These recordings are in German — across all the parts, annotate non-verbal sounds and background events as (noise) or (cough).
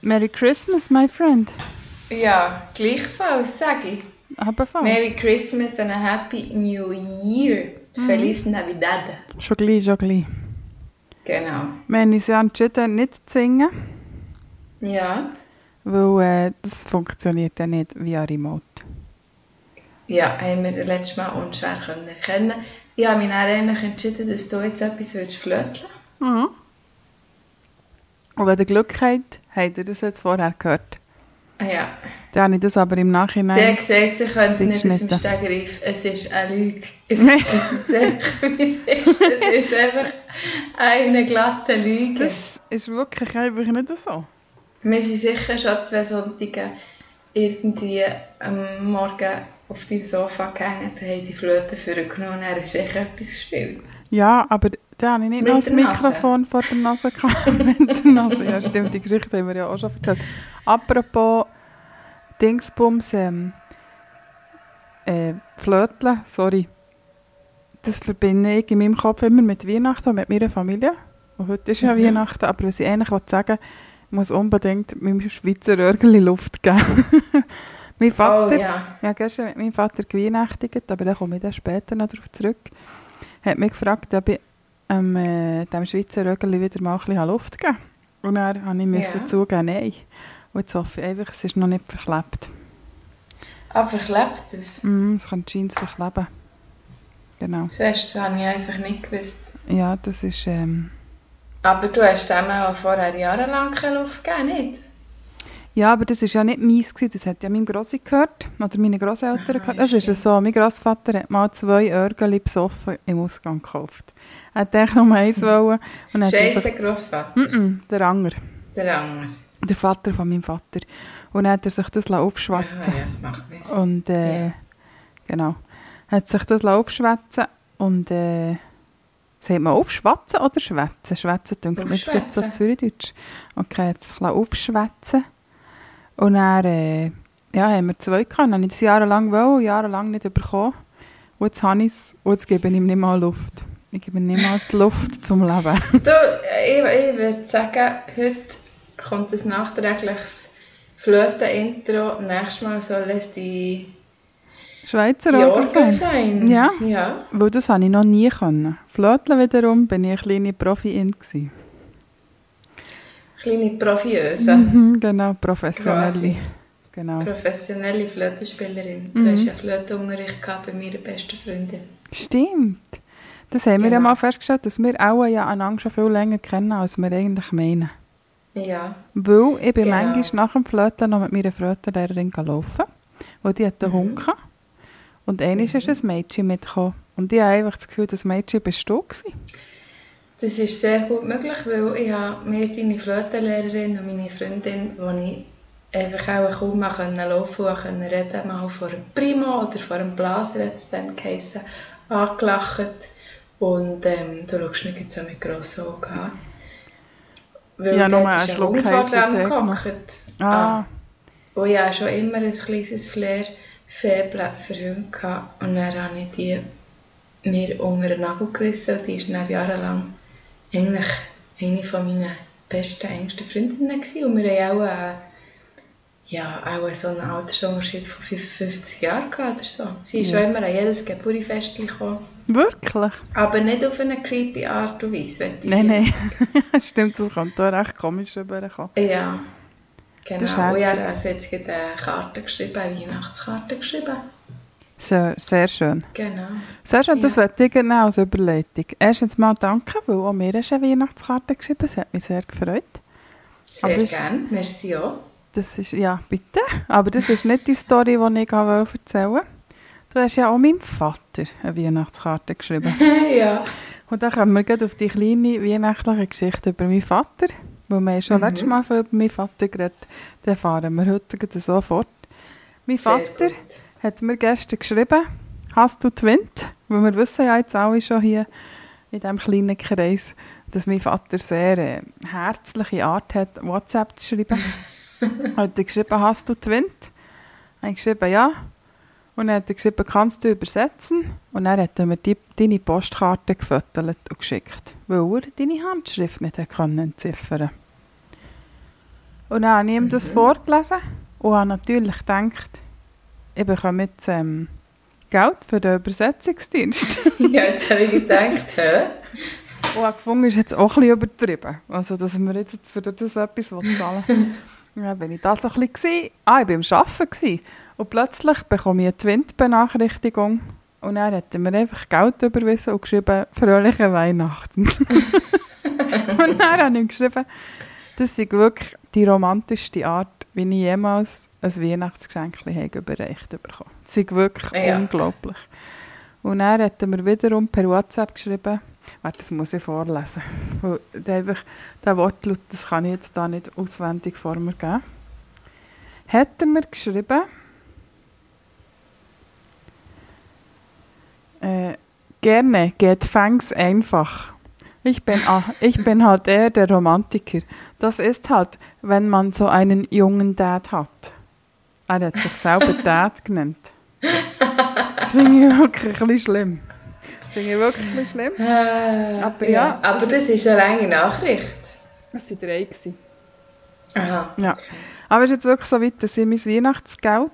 Merry Christmas, my friend. Ja, gleichfalls, sage ich. Ebenfalls. Merry Christmas and a Happy New Year. Mhm. Feliz Navidad. Schon gleich, schon gleich. Genau. Wir haben uns ja entschieden, nicht zu singen, Ja, weil äh, das funktioniert ja nicht via Remote. ja, haben wir letztes Mal unschwer können erkennen. Ich habe mich dann eigentlich entschieden, dass du jetzt etwas würdest flöteln Mhm. Und wenn ihr Glück habt, habt ihr das jetzt vorher gehört. Ah Ja. Dann habe ich das aber im Nachhinein... Sie hat gesagt, sie könnte es Sie nicht aus dem geschnitten. Stegreif. Es ist eine Lüge. Es, Nein. es, (laughs) ist, einfach, wie (laughs) es, ist. es ist einfach eine glatte Lüge. Das ist wirklich einfach nicht so. Wir sind sicher schon zwei Sonntage irgendwie am Morgen auf deinem Sofa gegangen und haben die Flöte vorgenommen und dann hast du echt etwas gespielt. Ja, aber da habe ich nicht Mit noch das der Nase. Mikrofon vor der Nase gehabt. (laughs) Mit der Nase, ja stimmt, die Geschichte haben wir ja auch schon erzählt. Apropos Dingsbums, ähm, äh, Flötle, sorry. Das verbinde ich in meinem Kopf immer mit Weihnachten und mit meiner Familie. Und heute ist ja Mhm. Weihnachten, aber was ich eigentlich wollte sagen muss unbedingt meinem Schweizer Örgeli Luft geben. (laughs) mein Vater... Oh ja. Ja, gestern mit meinem Vater geweihnachtigt, aber da komme ich dann später noch darauf zurück. hat mich gefragt, ob ich ähm, äh, dem Schweizer Rögeli wieder mal ein bisschen Luft geben Und dann habe ich müssen Ja. zugeben, nein. Und jetzt hoffe ich einfach, es ist noch nicht verklebt. Aber verklebt es. Mm, es kann die Jeans verkleben. Genau. Zuerst das habe ich einfach nicht gewusst. Ja, das ist... Ähm, Aber du hast dem auch vorher jahrelang keine Luft gegeben, nicht? Ja, aber das war ja nicht meins, gewesen. das hat ja mein Grossi gehört, oder meine Grosseltern Aha, gehört. Ah, ja, Das ist ja stimmt. so, mein Grossvater hat mal zwei Örgeli besoffen im Ausgang gekauft. Er hat echt nur eins wollen. Und dann hat er sich, Scheiße, Grossvater. mm -mm, der Anger, Der andere. der Vater von meinem Vater. Und dann hat er sich das lassen Aha, aufschwätzen ja, das macht nichts. und äh, genau, hat sich das lassen aufschwätzen und äh, sagt man aufschwatzen oder schwätzen? Schwätzen, denke ich, mir, jetzt gibt es so Zürichdeutsch. Okay, jetzt lassen aufschwätzen und dann äh, ja, haben wir zwei gehabt, dann habe ich das jahrelang wollen, jahrelang nicht bekommen und jetzt habe ich es und jetzt gebe ich ihm nicht mal Luft. Ich gebe ihm nicht mal die Luft zum Leben. Du, ich, ich würde sagen, heute kommt ein nachträgliches Flöten-Intro. Nächstes Mal soll es die, die Schweizer Orgel Orgel sein. sein. Ja. ja. Weil das habe ich noch nie können. Flöteln wiederum bin ich eine kleine Profi-In gewesen. Kleine Profiöse. Mhm, genau, professionelle. Quasi. Genau. Professionelle Flötenspielerin. Mhm. Du hast ja Flötenunterricht gehabt bei meiner besten Freundin. Stimmt. Das haben wir ja Genau. mal festgestellt, dass wir alle ja einander schon viel länger kennen, als wir eigentlich meinen. Ja. Weil ich bin Genau. manchmal nach dem Flirten noch mit meiner Flirtenlehrerin laufen, wo die Mhm. hat einen Hund gehabt. Und einmal ist ein Mädchen mitgekommen. Und ich habe einfach das Gefühl, das Mädchen bist du gewesen. Das ist sehr gut möglich, weil ich habe mir deine Flötenlehrerin und meine Freundin, die ich einfach auch kaum mal können laufen und können reden mal vor dem Primo oder vor dem Blaser hat es dann geheissen, angelacht. Und ähm, du schaust mich jetzt auch mit grossen Augen an. Weil Ja, dort nur ist einen ein Schluck Hund vor heissen dran Tee genommen. gehockt. Ah, Ah. Und ich hatte schon immer ein kleines Flair Faible für Hunde. gehabt. Und dann habe ich die mir unter den Nagel gerissen. Und die war dann jahrelang eigentlich eine von meiner besten, engsten Freundinnen. Gewesen. Und wir haben auch, äh, ja, auch so einen Altersunterschied von 55 Jahren gehabt oder so. Sie ist Ja. schon immer an jedes Geburtstagsfest gekommen. wirklich? Aber nicht auf eine creepy Art und Weise. möchte ich Nein, jetzt nein. (laughs) Stimmt, das kommt da recht komisch rüberkommen. Ja, genau. ist Und ja, herzig. also jetzt gerade eine Karte geschrieben, eine Weihnachtskarte geschrieben. Sehr, sehr schön. Genau. Sehr schön, das Ja. wollte ich genau als Überleitung. Erstens mal danke, weil auch mir ist eine Weihnachtskarte geschrieben. Es hat mich sehr gefreut. Sehr Aber es- gerne, merci auch. (laughs) Das ist, ja, bitte. Aber das ist nicht die Story, die ich auch erzählen wollte. Du hast ja auch meinem Vater eine Weihnachtskarte (laughs) geschrieben. ja, Und dann kommen wir gleich auf die kleine weihnachtliche Geschichte über meinen Vater. Weil wir haben schon Mhm. letztes Mal viel über meinen Vater geredet. Dann fahren wir heute gleich sofort. Mein Vater sehr gut. hat mir gestern geschrieben, hast du Twint? Weil wir wissen ja jetzt alle schon hier in diesem kleinen Kreis, dass mein Vater sehr äh, herzliche Art hat, WhatsApp zu schreiben. hat er geschrieben, hast du Twint? Habe ich geschrieben, ja. Und dann hat er geschrieben, kannst du übersetzen? Und dann hat er mir die, deine Postkarte gefüttert und geschickt, weil er deine Handschrift nicht hat können entziffern Und dann habe ich ihm das vorgelesen und habe natürlich gedacht, ich bekomme jetzt ähm, Geld für den Übersetzungsdienst. (laughs) Ja, jetzt habe ich gedacht, (laughs) hä? und habe gefunden, ist jetzt auch ein bisschen übertrieben. Also, dass wir jetzt für das etwas zahlen wollen. Ja, bin ich das so ein bisschen. Ah, ich war am Arbeiten. Gewesen. Und plötzlich bekomme ich eine Twint-Benachrichtigung. Und dann hat er mir einfach Geld überwiesen und geschrieben, fröhliche Weihnachten. (laughs) und dann habe ich ihm geschrieben, das ist wirklich die romantischste Art, wie ich jemals ein Weihnachtsgeschenk habe überreicht bekommen. Das ist wirklich Ja. unglaublich. Und dann hat er mir wiederum per WhatsApp geschrieben, warte, das muss ich vorlesen. Weil der einfach, der Wortlaut, das kann ich jetzt da nicht auswendig vor mir geben. Hat er mir geschrieben, äh, gerne geht Fangs einfach. Ich bin, a- ich bin halt eher der Romantiker. Das ist halt, wenn man so einen jungen Dad hat. Er hat sich (laughs) selber Dad genannt. Das finde ich wirklich ein bisschen schlimm. Das finde ich wirklich ein bisschen schlimm. Äh, Aber ja, aber das ist eine lange Nachricht. Das waren drei. Gewesen. Aha. Ja. Aber es ist jetzt wirklich so weit, dass ich mein Weihnachtsgeld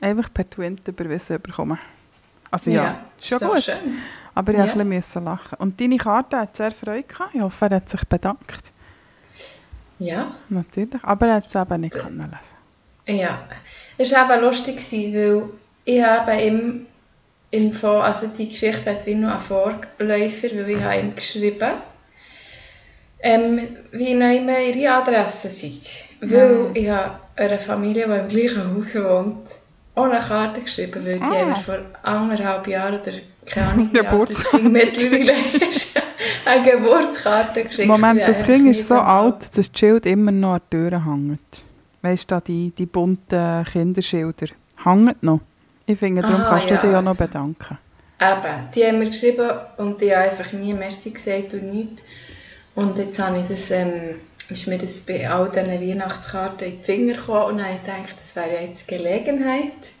einfach per Twint überwiesen bekomme. Also ja, ist schon doch gut. Schön. Aber ich ja. Ja. musste ein bisschen lachen. Und deine Karte hat sehr Freude gehabt. Ich hoffe, er hat sich bedankt. Ja. Natürlich. Aber er hat es eben nicht können lesen. Ja, es war eben lustig, gewesen, weil ich habe eben im Vor also die Geschichte hat wie nur einen Vorläufer, weil ich habe ihm geschrieben ähm, wie neu mehr ihre Adresse sei. Weil Mhm. ich habe einer Familie, die im gleichen Haus wohnt, ohne Karte geschrieben, weil die Ah. haben mir vor anderthalb Jahren oder (laughs) keine Ahnung, wie alt das Geburtskarte. Kind mittlerweile ist, eine Geburtskarte geschickt. Moment, weil das er Kind nicht ist so einmal- alt, dass das Schild immer noch an der Tür hängt. Weißt du, da die, die bunten Kinderschilder hängen noch. Ich finde, darum Ah, kannst ja, du dich auch noch also. bedanken. Eben, die haben mir geschrieben und die haben einfach nie Merci gesagt und nichts. Und jetzt habe ich das, ähm, ist mir das bei all diesen Weihnachtskarten in die Finger gekommen und dann habe ich gedacht, das wäre ja jetzt die Gelegenheit.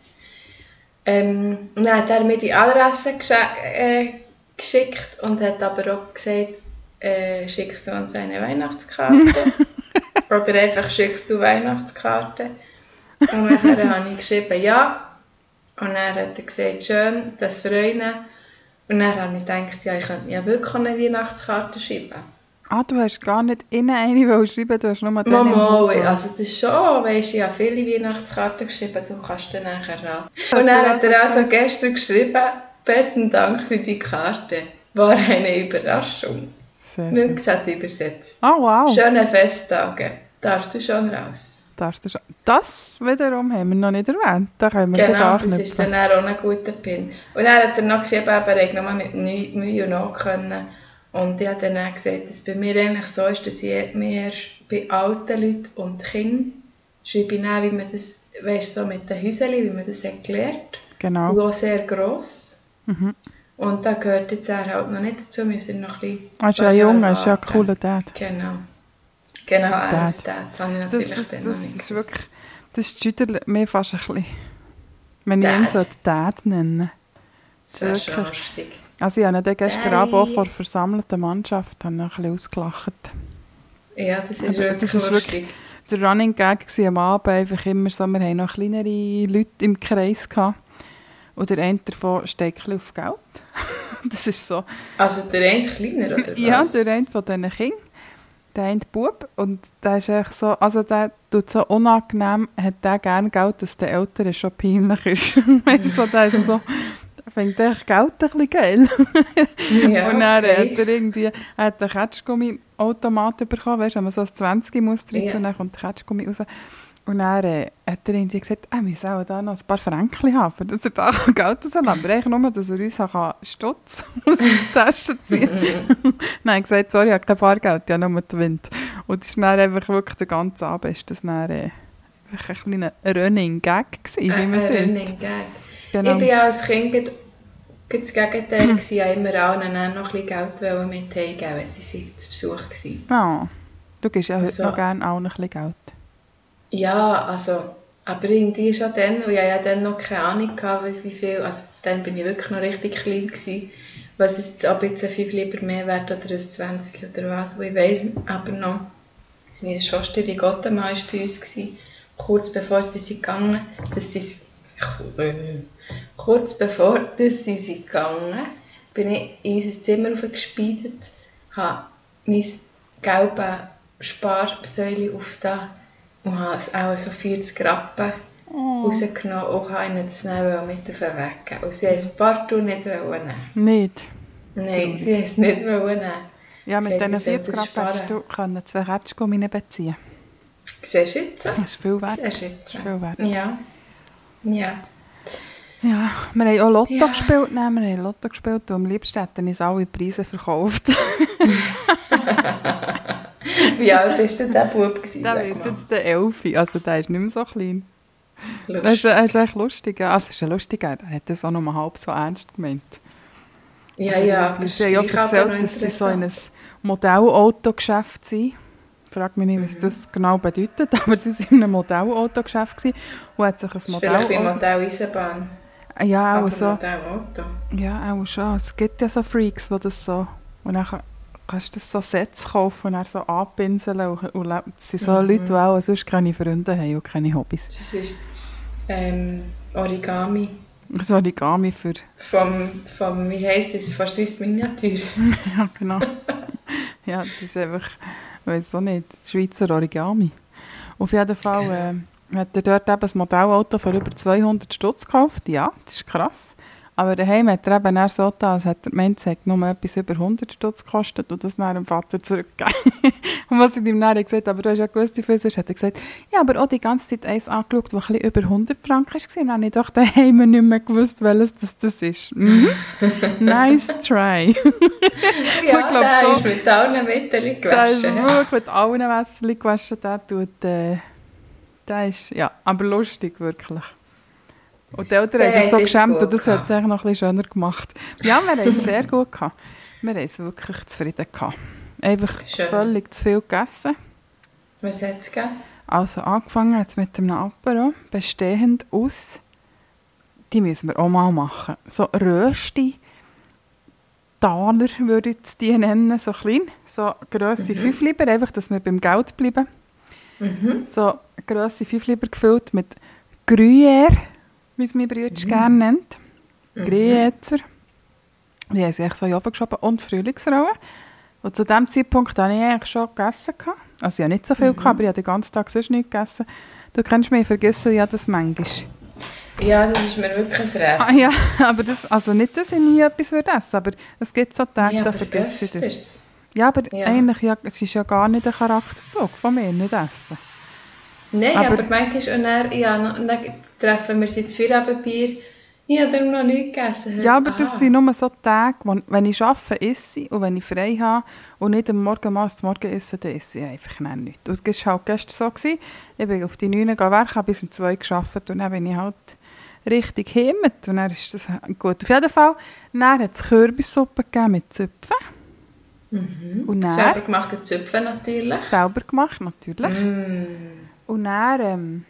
Ähm, und dann hat er mir die Adresse gesche- äh, geschickt und hat aber auch gesagt, äh, schickst du uns eine Weihnachtskarte? Oder einfach schickst du Weihnachtskarten? Und nachher habe ich geschrieben, ja, und dann hat er gesagt, schön, das freut mich. Und dann habe ich gedacht, ja, ich könnte ja wirklich eine Weihnachtskarte schreiben. Ah, du hast gar nicht innen eine wollen schreiben, du hast nur den im Mama, Haus. also das ist schon, weisst du, ich habe viele Weihnachtskarten geschrieben, du kannst dann nachher ran. Und Hat dann er hat er also also gestern geschrieben, besten Dank für die Karte. War eine Überraschung. Sehr schön. Münks hat übersetzt. Ah, wow. Schöne Festtage. Darfst du schon raus? Das, das, das wiederum haben wir noch nicht erwähnt. Da können wir Genau, genau, das ist anknüpfen. dann auch ein guter Pin. Und dann hat er noch geschrieben, aber er hätte nur mit Nü- Mühe und Not können. Und ich habe dann auch gesagt, dass bei mir eigentlich so ist, dass ich mir erst bei alten Leuten und Kindern schreibe ich dann, wie man das, weißt, so mit den Häuschen, wie man das hat gelernt. Und Genau. auch sehr gross. Mhm. Und da gehört jetzt er halt noch nicht dazu, müssen wir noch ein Er Ah, ist ja paar Jahre jung, er ist ja ein warten. cooler Dad. Genau. Genau, er Dad. ist Dad. Das habe ich Das, natürlich das, dann das noch nicht ist gewusst. wirklich... Das schüttelt mir fast ein bisschen. Wenn ich Dad. ihn so Dad nennen Das ist wirklich- lustig. Also ich habe ihn dann gestern Daddy. Abend auch vor versammelter Mannschaft habe ich ihn ein bisschen ausgelacht. Ja, das ist Aber wirklich das ist lustig. wirklich- Der Running Gag war am Abend einfach immer so, wir haben noch kleinere Leute im Kreis gehabt. Und der eine davon steht ein bisschen auf Geld. (laughs) das ist so... Also der eine kleiner, (laughs) oder was? Ja, der eine von diesen Kindern, der eine Bub, und der ist echt so, also der tut so unangenehm, hat der gerne Geld, dass den Eltern schon peinlich (laughs) ist. weißt du, so, der ist so, der findet echt Geld ein bisschen geil. (laughs) ja, und dann hat okay. er irgendwie, er hat einen Ketschgummi-Automat bekommen, weißt du, wenn man so ein 20 muss drin Ja. und dann kommt Ketschgummi raus. Und dann äh, hat er irgendwie gesagt, er müsse auch da noch ein paar Fränkchen haben, für dass er da (laughs) Geld rauslassen kann. Aber eigentlich nur, dass er uns kann (laughs) Stutz aus der Tasche ziehen Nein, (laughs) ich habe gesagt, sorry, ich habe kein Bargeld, ich habe nur den Wind. Und das ist dann einfach wirklich der ganze Abend, ist das dann äh, einfach ein kleiner Running Gag gewesen, wie man Ein sieht. Äh, Running Gag. Genau. Ich war als Kind gerade- gerade das Gegenteil. gewesen. Ich wollte immer allen dann noch ein bisschen Geld wollen mit heimgeben, wenn sie sie zu Besuch waren. Ja. Du gibst ja heute So. noch gerne auch noch ein bisschen Geld. Ja, also... Aber irgendwie schon dann, weil ich ja dann noch keine Ahnung hatte, was- wie viel... Also dann bin ich wirklich noch richtig klein gewesen. Was nou? ist, ob jetzt ein 5 lieber mehr wert oder ein 20 oder was, wo ich weiss, aber noch... dass meine Schwester die Gottemann war bei uns, gewesen, kurz bevor sie sind gegangen, dass sie kurz bevor dass sie sind gegangen, bin ich in unser Zimmer aufgespeidet, habe mein gelbes Sparsäule aufgetan und habe es auch so 40 Rappen Oh. rausgenommen und habe ihnen das dann mit auf den Weg gegeben. Und sie wollten es partout nicht nehmen. Nicht. Nein, sie wollten es nicht nehmen. Ja, mit Sie hat diesen uns 40 etwas Rappen hättest du sparen. können zwei Rätschgummi beziehen Siehst du jetzt? Das ist viel wert. Siehst du jetzt? Das ist viel wert. Ja. Ja. Ja, wir haben auch Lotto Ja. gespielt. Nein, wir haben Lotto gespielt und am liebsten hätten uns alle Preise (laughs) verkauft. Wie alt war denn der Bub? gewesen, der sag wird mal? jetzt der Elfi, also der ist nicht mehr so klein. Er ist, Lustig. er ist echt lustig. ja. Also, es ist ein lustiger. Er hat das auch nur halb so ernst gemeint. Ja, ja. aber Sie haben gleich ja aber erzählt, noch dass sie so in interessant. ein Modellautogeschäft sind. Ich frage mich nicht, Mhm. was das genau bedeutet, (laughs) aber sie waren in einem Modellautogeschäft gewesen und hat sich ein Vielleicht bei Modell... Modell Eisenbahn. Ja, auch aber so. Modell Auto. Ja, auch schon. Es gibt ja so Freaks, die das so... Und dann kann- kannst du das so Sets kaufen und dann so anpinseln. Und, und le- es sind so Leute, die auch sonst keine Freunde haben und keine Hobbys. Das ist das ähm, Origami So Origami für... vom, vom, wie heisst das, von Swiss Miniatur. (laughs) Ja, genau. ja, das ist einfach, ich weiß auch nicht, Schweizer Origami. Auf jeden Fall äh, hat er dort eben ein Modellauto für über 200 Stutz gekauft. Ja, das ist krass. Aber daheim hat er eben eher so getan, als hätte er gemeint, es hätte nur etwas über 100 Stutz gekostet und das dann dem Vater zurückgegeben. (laughs) und was ich ihm dann gesagt habe, aber du hast ja gewusst, wie viel es ist, hat er gesagt, ja, aber auch die ganze Zeit eins angeschaut, das ein bisschen über 100 Franken war. Und dann habe ich doch daheim nicht mehr gewusst, welches das, das ist. Mhm. nice try. Ja, glaub der so. ist mit allen Mitteln Der ist gewaschen. wirklich mit allen Wässerchen gewaschen. Der tut, äh, der ist, ja, aber lustig, wirklich. Und die Eltern haben Der sich so hat es geschämt gut und das hat es gehabt. eigentlich noch ein bisschen schöner gemacht. Ja, wir haben es sehr gut gehabt. Wir haben es wirklich zufrieden gehabt. Einfach Schön. völlig zu viel gegessen. Was hat es gegeben? Also angefangen jetzt mit einem Apero, bestehend aus, die müssen wir auch mal machen. So Rösti, Taler würde ich jetzt die nennen, so klein, so grosse Fünfliber, einfach, dass wir beim Geld bleiben. Mhm. So grosse Fünfliber gefüllt mit Gruyère, wie es mein Bruder Mhm. gerne nennt. Gruyère. Die haben sie eigentlich so in den Ofen geschoben und Frühlingsrollen. Und zu diesem Zeitpunkt hatte ich eigentlich schon gegessen. gehabt. Also ich habe nicht so viel, Mhm. gehabt, aber ich habe den ganzen Tag sonst nichts gegessen. Du kennst mich, ich vergesse ja das manchmal. Ja, das ist mir wirklich ein Rätsel. Ah, ja, (laughs) aber das, also nicht, dass ich nie etwas würde essen aber es gibt so Tage, Ja, da aber vergesse ich das. öfters. Ja, aber Ja. eigentlich, ja, es ist ja gar nicht ein Charakterzug von mir, nicht essen. Nein, Aber- aber, manchmal ist und dann, ja, noch- und dann treffen wir sie zu Feierabendbier. Ich habe darum noch nichts gegessen. heute. Ja, aber Aha. das sind nur so Tage, wo, wenn ich arbeite, esse ich und wenn ich frei habe und nicht am Morgen mal zum Morgen esse, dann esse ich einfach dann nichts. Und das war halt gestern so. Gewesen. Ich bin auf die 9 Uhr gegangen, habe bis um 2 Uhr gearbeitet und dann bin ich halt richtig gehemmt und dann ist das gut. Auf jeden Fall, dann hat es Kürbissuppe gegeben mit Zöpfen. Und dann Selber gemachte Zöpfe natürlich. selber gemacht, natürlich. Mm. Und dann ähm,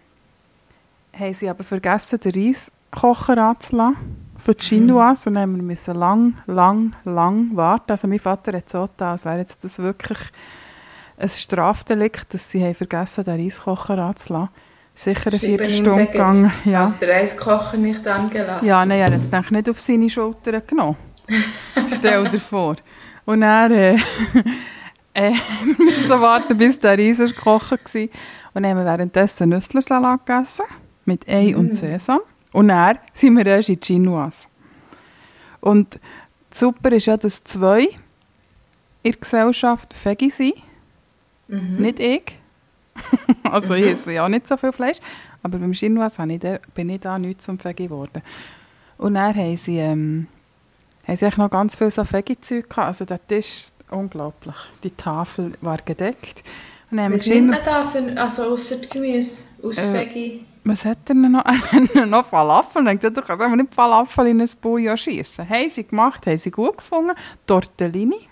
haben sie aber vergessen, den Reiskocher anzulassen für die Chinoise. Und dann haben wir müssen lang, lang, lang warten. Also mein Vater hat so getan, als wäre jetzt das wirklich ein Strafdelikt, dass sie haben vergessen den Reiskocher anzulassen. Sicher eine Schreiben ihm Viertelstunde den Geld. gegangen. Ja. Hast du den Reiskocher nicht angelassen? Ja, nein, er hat es dann nicht auf seine Schultern genommen. Stell dir vor. Und dann äh, (laughs) äh, wir mussten warten, bis der Reis ist gekocht war. Und dann haben wir währenddessen Nüsslersalat gegessen mit Ei und Sesam. Und dann sind wir erst in Chinoise. Und super ist ja, dass zwei in der Gesellschaft Veggie sind. Nicht ich. (laughs) also ich esse ja auch nicht so viel Fleisch. Aber beim Chinoise habe ich da- bin ich da nicht zum Veggie geworden. Und dann haben sie, ähm, haben sie eigentlich noch ganz viel so Veggie-Zeug gehabt. Also der Tisch ist unglaublich. Die Tafel war gedeckt. Und dann haben wir Was nimmt geschrieben, man da für, also ausser Gemüse, aus Äh, Veggie? was hat er denn noch? (laughs) Er hat noch Falafel. Und ich dachte, doch, können wir nicht Falafel in ein Bouillon schiessen. Haben sie gemacht, haben sie gut gefunden. Tortellini.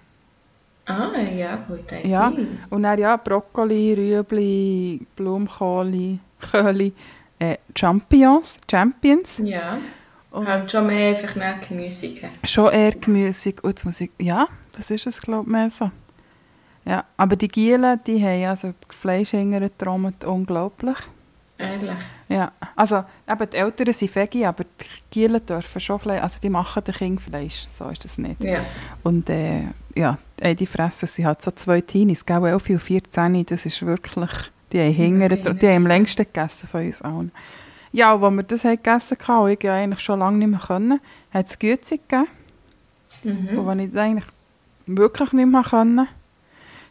Ah, ja, gut, Idee. Ja. Und dann ja, Brokkoli, Rüebli, Blumenkohl, Köhli, äh, Champions, Champions. Ja. Und- Halt schon mehr einfach mehr Gemüse. gegeben. Schon eher gemüsig. Und jetzt muss ich, ja, das ist es, glaube ich, mehr so. Ja, aber die Gielen, die haben also Fleisch hingetrommelt, unglaublich. Ehrlich. Ja, also eben die Eltern sind Veggie, aber die Gielen dürfen schon Fleisch, also die machen den Kindern Fleisch, so ist das nicht. Ja. Und äh, ja, ey, die fressen, sie hat so zwei Teenies, gell, 11 und 14, das ist wirklich, die haben hingeretrommelt, die haben am längsten gegessen von uns allen. Ja, und als wir das haben gegessen haben, und ich ja eigentlich schon lange nicht mehr können, hat es Güte gegeben. Mhm. Und wenn ich das eigentlich wirklich nicht mehr können,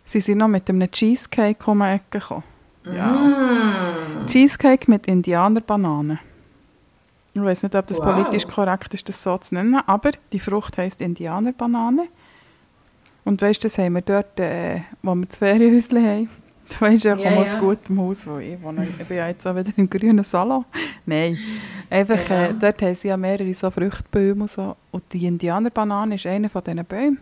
sie sind noch mit einem Cheesecake um die Ecke gekommen. Mm. Cheesecake mit Indianerbananen. Ich weiß nicht, ob das Wow. politisch korrekt ist, das so zu nennen, aber die Frucht heisst Indianerbanane. Und weißt du, das haben wir dort, äh, wo wir das Ferienhäuschen haben. Du weißt ja, ich Ja, komme aus ja. gutem Haus, wo ich wohne. Ich bin ja jetzt auch wieder im grünen Salon. Nein, einfach, äh, Genau. dort haben sie ja mehrere so Früchtbäume und so. Und die Indianerbanane ist einer von diesen Bäumen.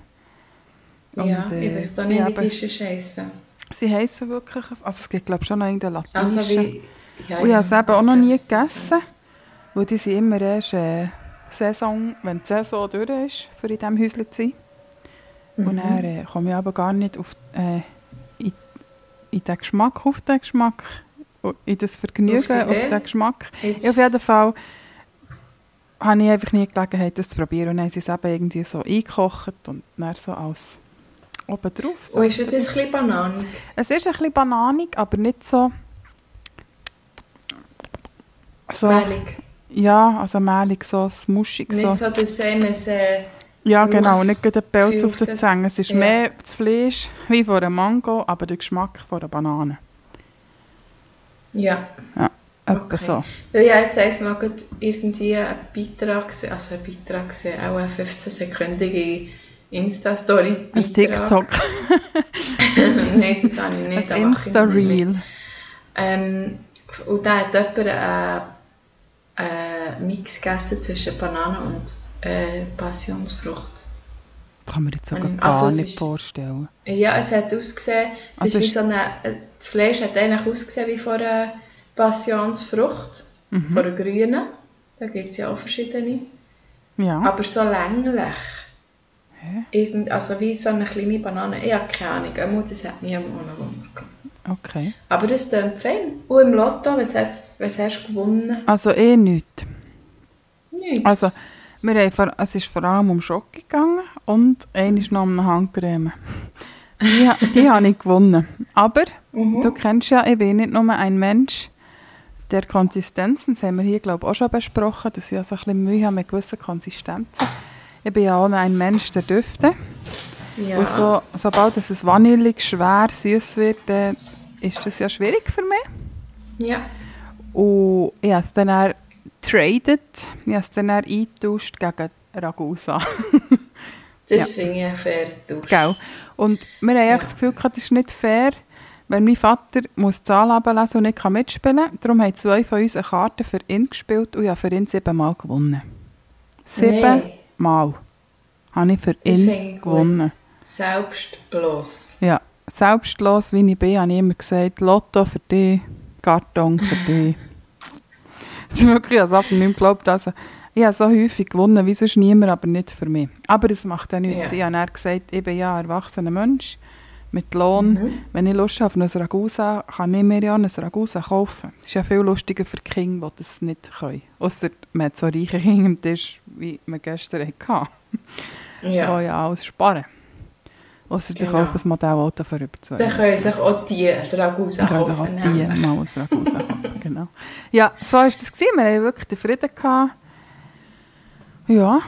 Ja, Und, ich äh, weiß da nicht, eben, wie die ist scheiße. Sie heissen wirklich, also es gibt glaube ich schon noch irgendeinen latinischen. Also wie. Ja, Und ich habe es eben auch noch ja, nie das ist so. gegessen, weil die sind immer erst äh, Saison, wenn die Saison durch ist, für in diesem Häuschen zu sein. Mhm. Und dann äh, komme ich aber gar nicht auf, äh, in, in den Geschmack, auf den Geschmack, in das Vergnügen, Auf auf, die Idee. den Geschmack. Jetzt- Ja, auf jeden Fall habe ich einfach nie die Gelegenheit, das zu probieren. Und dann haben sie es eben irgendwie so eingekocht und dann so alles obendrauf. So. Und ist das ein bisschen bananig? Es ist ein bisschen bananig, aber nicht so... so Mehlig. ja, also mehlig, so smuschig. So. Nicht so, dass einem es... Äh, ja, Russ genau, nicht gerade den Pelz auf den gefühlten- Zähnen. Es ist Ja. mehr das Fleisch wie von einer Mango, aber der Geschmack von einer Banane. ja. Etwa Okay. so. Weil ja, jetzt einmal gerade irgendwie ah, einen Beitrag gesehen, also einen Beitrag gesehen, auch eine 15-sekündige Insta-Story. Ein (laughs) TikTok, Nein, das habe ich nicht. ein da mache ich noch nicht mit. Insta-Reel. Ähm, und da hat jemand einen äh, Mix gegessen zwischen Banane und äh, Passionsfrucht. Kann man jetzt sogar Ähm, gar also es nicht ist- vorstellen. Ja, es hat ausgesehen, es Also ist wie ist- so eine, äh, das Fleisch hat eigentlich ausgesehen wie von einer Passionsfrucht, Mhm. von einer grünen. Da gibt es ja auch verschiedene. Ja, Aber so länglich. Irgend, also wie so eine kleine Banane. Ich habe keine Ahnung. Einmal, Das hat mich am Unwunder okay. Aber das klingt fein. Und im Lotto, was, hat's, was hast du gewonnen? Also eh nichts. Nichts. Also, wir haben vor, es ist vor allem um Schock gegangen und eine ist noch um eine Handcreme. Die, ha- die habe ich gewonnen. Aber du kennst ja, ich bin nicht nur ein Mensch der Konsistenzen. Das haben wir hier, glaube ich, auch schon besprochen, dass ich also ein bisschen Mühe habe mit gewissen Konsistenzen. Ich bin ja auch ein Mensch der Düfte. ja. Und so, sobald es ein vanillig, schwer, süß wird, äh, ist das ja schwierig für mich. ja. Und ich habe es dann eher traded, ich habe es dann eher eingetauscht gegen Ragusa. (laughs) Das finde ich einen fairen Tausch. Gell? Und wir haben ja. das Gefühl, gehabt, das ist nicht fair, wenn mein Vater muss die Zahl ablesen und nicht kann mitspielen kann. Darum haben zwei von uns eine Karte für ihn gespielt und ich habe für ihn siebenmal gewonnen. Siebenmal Nein. habe ich für Das finde ihn ich gut. gewonnen. Selbstlos. Ja, selbstlos wie ich bin, habe ich immer gesagt, Lotto für dich, Karton für dich. Das ist wirklich, als ob ich nicht mehr geglaubt also, Ich habe so häufig gewonnen, wie sonst niemand, aber nicht für mich. Aber das macht ja nichts. Ja. Ich habe dann gesagt, ich bin ja ein erwachsener Mensch mit Lohn. Wenn ich Lust habe auf ein Ragusa, kann ich mir ja ein Ragusa kaufen. Das ist ja viel lustiger für die Kinder, die das nicht können. Ausser man hat so reiche Kinder am Tisch, wie wir gestern hatten ja. Ja. die ja alles sparen. Ausser sie Genau. kaufen ein Modellauto für über zwei. Dann Jahre. können sich auch die ein Ragusa Dann können sich auch kaufen. die nämlich. mal aus Ragusa kaufen. (laughs) Genau. Ja, so war das. Gewesen. Wir haben wirklich den Frieden. Gehabt. Ja,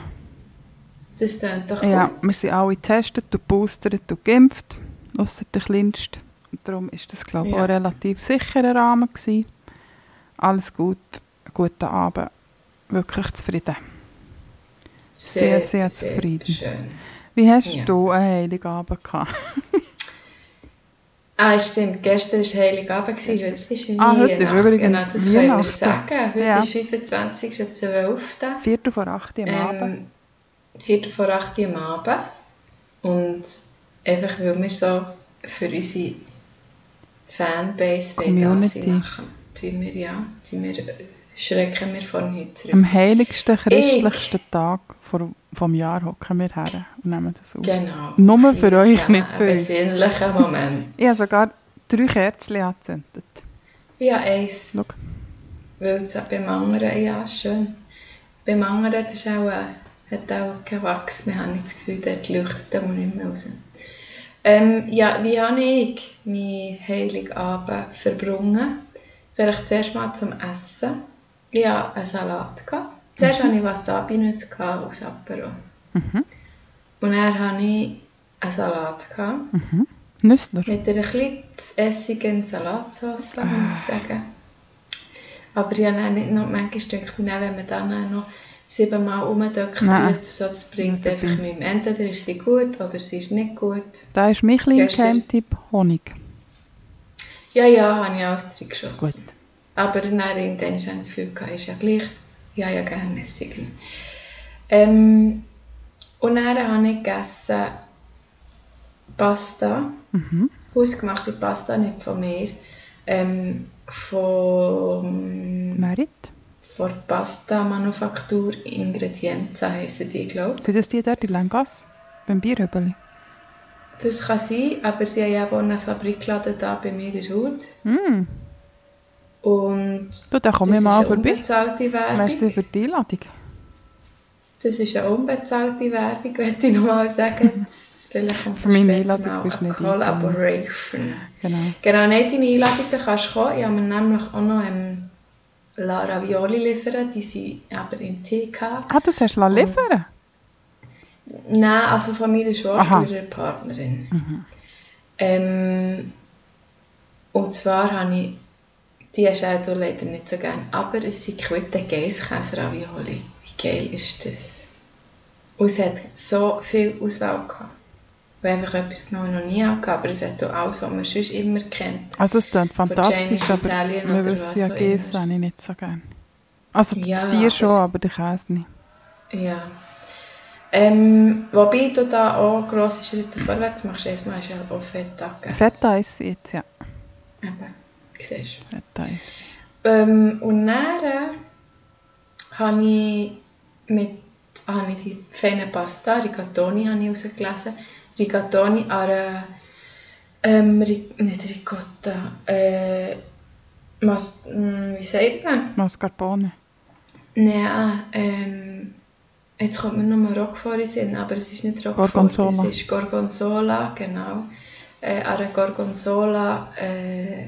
Das klingt doch ja, gut. wir sind alle getestet und boostert und geimpft. Ausser der Kleinste. Und darum war das, glaube ich, Ja. auch ein relativ sicherer Rahmen. Gewesen. Alles gut. Guten Abend. Wirklich zufrieden. Sehr, sehr zufrieden. Schön. Wie hast Ja. du einen Heiligabend gehabt? Ah, stimmt. Gestern war Heiligabend. gewesen, Heute ist Ah, heute ist Weihnachten. übrigens genau, das können wir Weihnachten. sagen. Heute Ja. ist 25.12. Viertel vor acht am Abend. Ähm, Viertel vor acht Uhr am Abend. Und einfach, weil wir so für unsere Fanbase wollen da Community. sein machen. Tun wir, ja. Tun wir, schrecken wir vor den Hütern. Am heiligsten, christlichsten Tag vor vom Jahr hocken wir her und nehmen das auf. Genau. Nur für euch, Ja, nicht für Ein uns. besinnlicher Moment. (laughs) Ich habe sogar drei Kerzen angezündet. Ich habe eins, Schau. weil es beim anderen, ja, schön. Beim anderen das ist auch, äh, hat auch kein Wachs mehr, habe ich das Gefühl, dort leuchten und nicht mehr raus. Ähm, ja, wie habe ich meinen Heiligabend verbrungen? Vielleicht zuerst mal zum Essen. Ich hatte einen Salat. Gehabt. Zuerst hatte ich Wasabi-Nüsse gehabt aus Apero. Und dann hatte ich einen Salat. Gehabt. Nüssler. Mit einer etwas essigen Salatsauce, muss Ah. ich sagen. Aber ich habe dann nicht noch manchmal denke ich, wenn man dann noch siebenmal rumdöckt, Nein. so, das bringt einfach nichts. mehr. Entweder ist sie gut oder sie ist nicht gut. Da ist mein kleiner Gestern. Geheimtipp Honig. Ja, ja, habe ich alles drin geschossen. Gut. Aber dann irgendwann ist ich das Gefühl, gehabt, ist ja gleich. Ja, ja, gerne Essigen. Ähm, und dann habe ich gegessen Pasta. Mhm. Hausgemachte Pasta, nicht von mir. Ähm, von, Merit. von Pasta-Manufaktur Ingredienza heissen die, glaube Sind das die dort in Langas? Beim Bierhöbeli? Das kann sein, aber sie haben ja auch einen Fabrikladen da bei mir in der Haut. Mm. Und Du, dann komm das ich mal ist eine vorbei. unbezahlte Werbung. Merci für die Einladung. Das ist eine unbezahlte Werbung, (laughs) möchte ich nochmal sagen. Das Vielleicht kommt Für meine später Einladung mal bist du eine nicht genau. Collaboration. Genau. Genau, nicht deine Einladung, da kannst du kommen. Ich habe mir nämlich auch noch ähm, La Ravioli liefern, die sind aber im TK. Ah, das hast du lassen liefern Nein, also von meiner Aha. Schwester-Partnerin. Ähm, und zwar habe ich, die hast auch du leider nicht so gerne, aber es sind Quitten Geisskäse-Ravioli. Wie geil ist das? Und es hat so viel Auswahl gehabt. Ich habe einfach etwas genommen, noch nie hatte, aber es hat auch alles, was man sonst immer kennt. Also es klingt James fantastisch, aber Italien wir oder wissen was ja, auch Käse habe ich nicht so gerne. Also das Ja, Tier aber- schon, aber den Käse nicht. Ja. Ähm, wobei du da auch grosse Schritte vorwärts machst. Erstmal hast du ja auch Feta gegessen. Feta ist sie jetzt, ja. Eben, siehst du. Feta ist sie. Ähm, und dann habe ich mit habe ich die feine Pasta, Rigatoni, habe ich rausgelesen. Rigatoni an einer, ähm, Ri- nicht Ricotta, äh, Mas, mm, mh, wie sagt man? Mascarpone. Nein, ähm, jetzt kommt mir nochmal Roquefort in den Sinn, aber es ist nicht Roquefort, Gorgonzola. es ist Gorgonzola, genau. Äh, an einer Gorgonzola äh,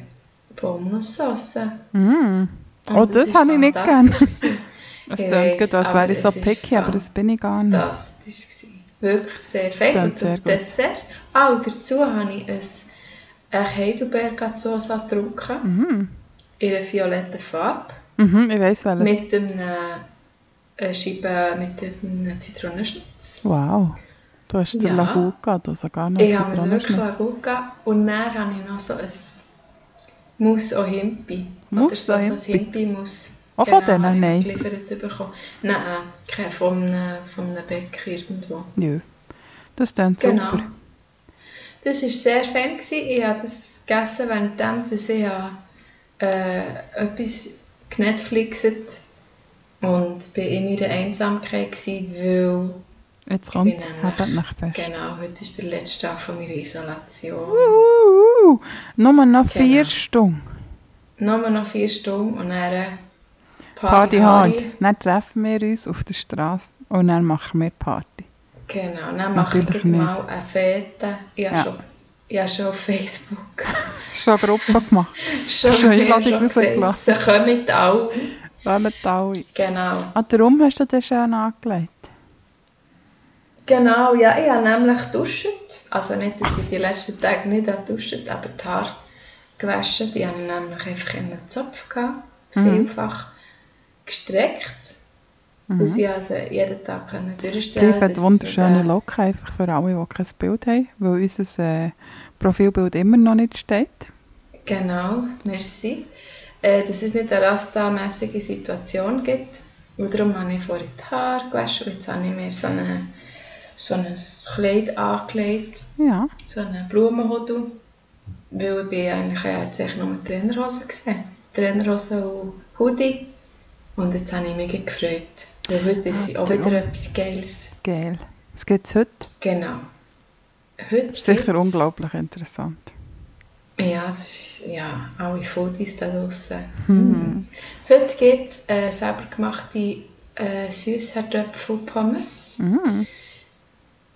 Pommes-Sauce. Mm. Und Oh, das ist habe ich nicht gern. fantastisch (laughs) gewesen. Es Ich klingt weiss, gut, als aber wäre ich so es ist picky, aber das bin ich gar nicht. fantastisch gewesen. Wirklich sehr fein. klingt Und zum sehr gut. Dessert. Ah, und dazu habe ich ein, eine Heidelberger Sosa getrunken. Mhm. In einer violetten Farbe. Mhm, ich weiss welches. Mit einem äh, Scheibe, mit einem Zitronenschnitz. Wow. Du hast Ja. den Lahuka, du sogar noch Ich habe mir das wirklich Zitronenschnitz. gut gegeben. Und dann habe ich noch so ein Mousse au Himpi. Mousse au Oder so ein Himpi? Himpi-Mousse. Auch von denen? habe ich Nein. geliefert bekommen. Nein, kein von einem, von einem Bäcker irgendwo. Nö. Das klingt Genau. Dus super. Das war sehr fein. Gewesen. Ich habe das gegessen, währenddem dass ich ja, äh, etwas genetflixet und bin in meiner Einsamkeit war, weil Jetzt bin kommt es, nämlich- haltet mich fest. genau, heute ist der letzte Tag von meiner Isolation. Uh, uh, uh. Nur noch vier Genau. Stunden. Nochmal noch vier Stunden und dann äh, Party hard. Hari. Dann treffen wir uns auf der Straße und dann machen wir Party. Genau, dann mache ich Natürlich gleich nicht. mal eine Fete. Ich habe Ja. schon, ich habe schon auf Facebook (laughs) Schon Gruppen gemacht. schon, Schon ich Einladung schon gesagt, rausgelassen. sie kommen alle. Wollen alle. Genau. Ah, darum hast du das schön angelegt. Genau, ja, ich habe nämlich getuscht. Also nicht, dass ich die letzten Tage nicht getuscht aber die Haare gewaschen. Die habe ich nämlich einfach in einem Zopf gehabt, Mhm. vielfach gestreckt. Dass ich also jeden Tag können durchstellen Tief dass Mhm. hat es wunderschöne nicht, äh, Locken, einfach für alle, die kein Bild haben, weil unser äh, Profilbild immer noch nicht steht. Genau, merci. Äh, dass es nicht eine rastamässige Situation gibt. Und darum habe ich vorhin die Haare gewaschen. Jetzt habe ich mir so, eine, so ein Kleid angelegt. Ja. so einen Blumenhotel, weil äh, ich bin eigentlich ich jetzt eigentlich nur Trainerhose gesehen. Trainerhose und Hoodie Und jetzt habe ich mich gefreut. Weil heute ist sie auch darum. wieder etwas Geiles. Geil. Was gibt es heute? Genau. Heute Sicher gibt's- unglaublich interessant. (laughs) Ja, das ist, ja, alle Foodies da draussen. Hm. Heute gibt es äh, selbergemachte äh, Süßherdöpfel-Pommes. Mm.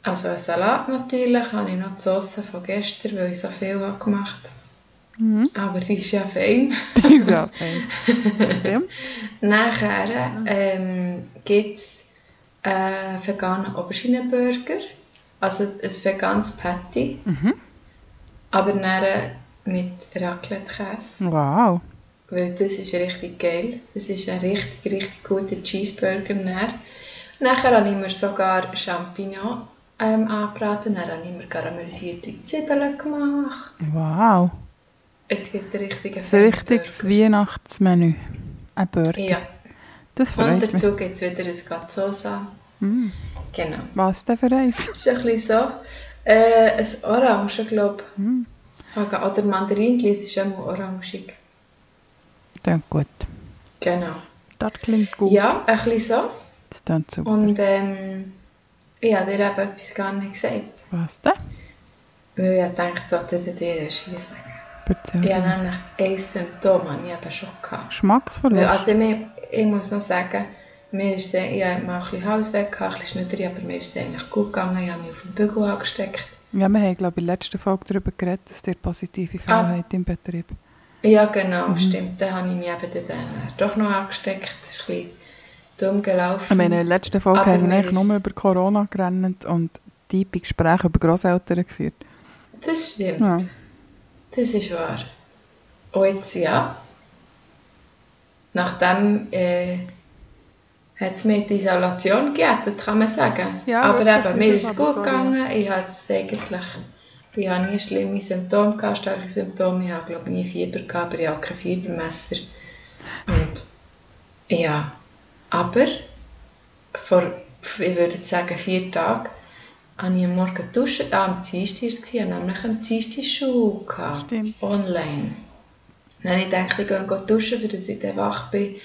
Also einen Salat natürlich, habe ich noch die Soße von gestern, weil ich so viel habe gemacht Mhm. Aber die ist ja fein. ja, fein. Stimmt. Nachher ähm, gibt es einen veganen Auberginenburger, also ein veganes Patty, aber dann äh, mit Raclette-Käse, Wow. weil das ist richtig geil. Das ist ein richtig, richtig guter Cheeseburger. Dann. Nachher habe ich mir sogar Champignon ähm, angebraten, dann habe ich mir karamellisierte Zwiebeln gemacht. Wow. Es gibt einen richtigen Das ist ein richtiges Weihnachtsmenü. Ein Burger. Ja, Das und freut mich. dazu gibt es wieder ein Gazzosa. Mm. Genau. Was denn für eins? ist ein bisschen so. Äh, ein Orange, glaube ich. Mm. Oder Mandarinchen es ist immer orangig. Klingt gut. Genau. Das klingt gut. Ja, ein bisschen so. Das klingt super. Und ähm, ich habe dir eben etwas gar nicht gesagt. Was denn? Weil ich dachte, das wollte ich dir erst nie sagen. Erzähl Ich habe ja, nämlich ein Symptom, habe ich eben schon gehabt. Weil, Geschmacksverlust. also mir, ich muss noch sagen, mir ist sehr, ich habe mal ein bisschen Hals weg, gehabt, ein bisschen Schnitterchen, aber mir ist es eigentlich gut gegangen. Ich habe mich auf den Bügel angesteckt. Ja, wir haben, glaube ich, in der letzten Folge darüber geredet, dass ihr positive Fälle Ah. habt im Betrieb. Ja, genau, Mhm. stimmt. Da habe ich mich eben dann äh, doch noch angesteckt. Das ist ein bisschen dumm gelaufen. Ich meine, in der letzten Folge Aber haben wir mir eigentlich ist- nur über Corona gerannt und tiefe Gespräche über Grosseltern geführt. das stimmt. Ja. Das ist wahr. Und jetzt ja. Nachdem äh, hat es mir die Isolation gerettet, kann man sagen. Ja, Aber wirklich, eben, mir das ist es aber gut so, gegangen. Ich hatte es eigentlich... Ich habe nie schlimme Symptome gehabt, starke Symptome. Ich habe, glaube ich, nie Fieber gehabt, aber ich habe kein Fiebermesser. Und ja, aber vor, ich würde jetzt sagen, vier Tagen habe ich am Morgen getuscht. Ah, am Dienstag war es, gewesen, ich habe nämlich am Dienstag Schule gehabt, Stimmt. online. Dann habe ich gedacht, ich gehe gehen duschen, für dass ich dann wach bin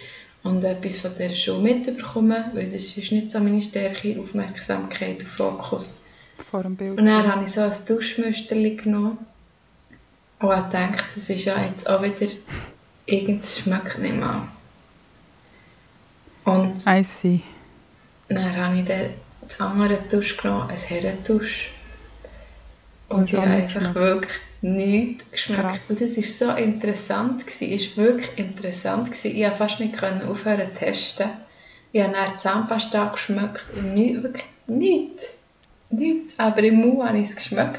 und etwas von dieser Schule mitbekomme, weil das ist nicht so meine Stärke, Aufmerksamkeit und Fokus. Vor dem Bild. Und dann habe ich so ein Duschmüsterli genommen und habe gedacht, das ist ja jetzt auch wieder, irgendwas schmeckt nicht mal. Und I see. (laughs) dann habe ich dann die andere Dusch genommen, ein Herrentusch. Und Und ich schon habe nicht einfach geschmeckt. wirklich nichts geschmeckt. Krass. Und das war so interessant, gewesen. ist wirklich interessant. Gewesen. Ich konnte fast nicht können aufhören zu testen. Ich habe dann die Zahnpasta geschmeckt und nichts, wirklich nichts. Nichts, aber im Mund habe ich es geschmeckt.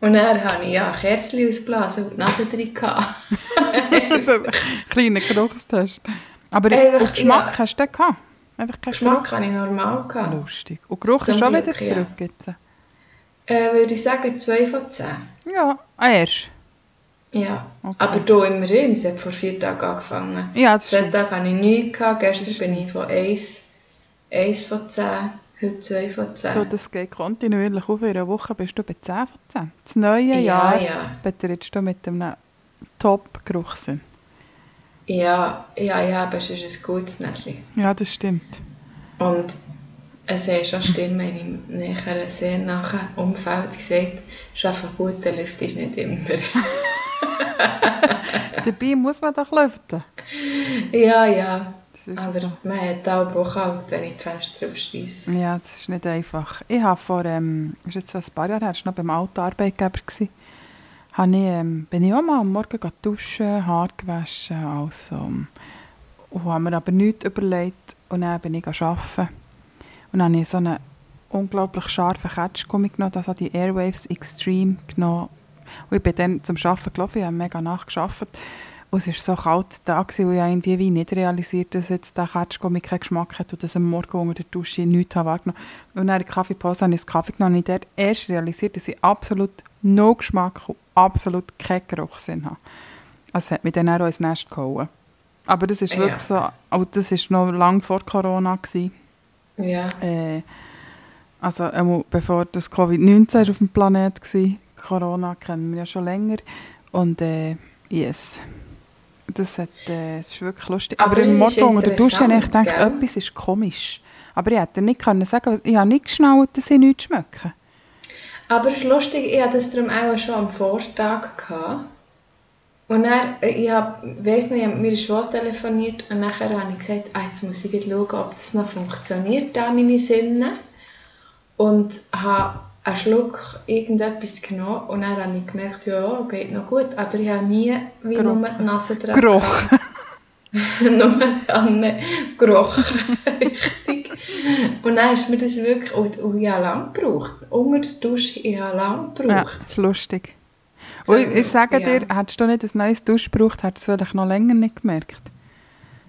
Und dann habe ich ja Kerzchen ausgeblasen und die Nase drin. gehabt. (laughs) Kleiner Geruchstest. Aber Einfach, und Geschmack ja. hast du dann gehabt? Einfach keinen Geschmack hatte ich normal. Gehabt. Geruch. Lustig. Und Geruch ist Zum schon wieder Glück, ja. zurück jetzt. Äh, würde ich sagen, 2 von 10. Ja, ah, erst. Ja, Okay. aber hier immerhin, es hat vor vier Tagen angefangen. Ja, das Zwei stimmt. Tage hatte ich nichts, gehabt. gestern Das bin ich von 1, 1 von 10, heute 2 von 10. So, Also, das geht kontinuierlich auf. In einer Woche bist du bei 10 von 10. Das neue Ja, Jahr ja. betrittst du mit einem Top-Geruchssinn. Ja, ja, ja, aber es ist ein gutes Näschen. Ja, das stimmt. Und es haben schon Stimmen in meinem näheren, sehr nahen Umfeld gesagt, schaffen gute Luft ist nicht immer. (laughs) Dabei muss man doch lüften. ja, ja, Das ist aber so. man hat auch Bock, halt, wenn ich die Fenster aufschliesse. Ja, das ist nicht einfach. Ich habe vor, ähm, ist jetzt so ein paar Jahre her, das war noch beim alten Arbeitgeber, gewesen, habe ich, ähm, bin ich auch mal am Morgen gegangen duschen, Haar gewaschen, also, und habe mir aber nichts überlegt und dann bin ich gegangen arbeiten. Und dann habe ich so einen unglaublich scharfen Ketschgummi genommen, das habe ich die Airwaves Extreme genommen. Und ich bin dann zum Arbeiten gelaufen, ich habe mega nachgeschafft. Und es war so kalt da, gewesen, und ich habe irgendwie wie nicht realisiert, dass jetzt der Ketschgummi keinen Geschmack hat und dass am Morgen unter der Dusche nichts habe wahrgenommen Und dann in der Kaffeepause habe ich einen Kaffee genommen und ich dort erst realisiert, dass ich absolut no Geschmack und absolut keinen Geruchssinn habe. Also es hat mich dann auch ins Nest gehauen. Aber das ist Ja. wirklich so, auch das war noch lange vor Corona. Gewesen. Ja, Äh, also einmal bevor das Covid-19 ist auf dem Planet war, Corona kennen wir ja schon länger. Und äh, yes, Das, hat, äh, es ist wirklich lustig. Aber Aber, im es ist Morgen unter der Dusche habe ich interessant, gedacht, gell? etwas ist komisch. Aber ich hätte nicht können sagen, was- ich habe nicht geschnallt, dass sie nichts schmecken. Aber es ist lustig, ich hatte das darum auch schon am Vortag. Gehabt. Und dann, äh, ich hab, weiss nicht, ich hab mit meiner Schwester telefoniert und nachher habe ich gesagt, ah, jetzt muss ich gleich schauen, ob das noch funktioniert, da meine Sinne. Und habe einen Schluck irgendetwas genommen und dann habe ich gemerkt, ja, geht noch gut, aber ich habe nie wie nur die Gerochen. Nase dran. Geruch. (laughs) nur an gerochen. Richtig. Und dann ist mir das wirklich, und, und ich habe lange gebraucht. Unter der Dusche, ich habe lange Ja, gebraucht. ist lustig. Und ich, ich sage Ja. dir, hättest du nicht ein neues Dusch gebraucht, hättest du es vielleicht noch länger nicht gemerkt.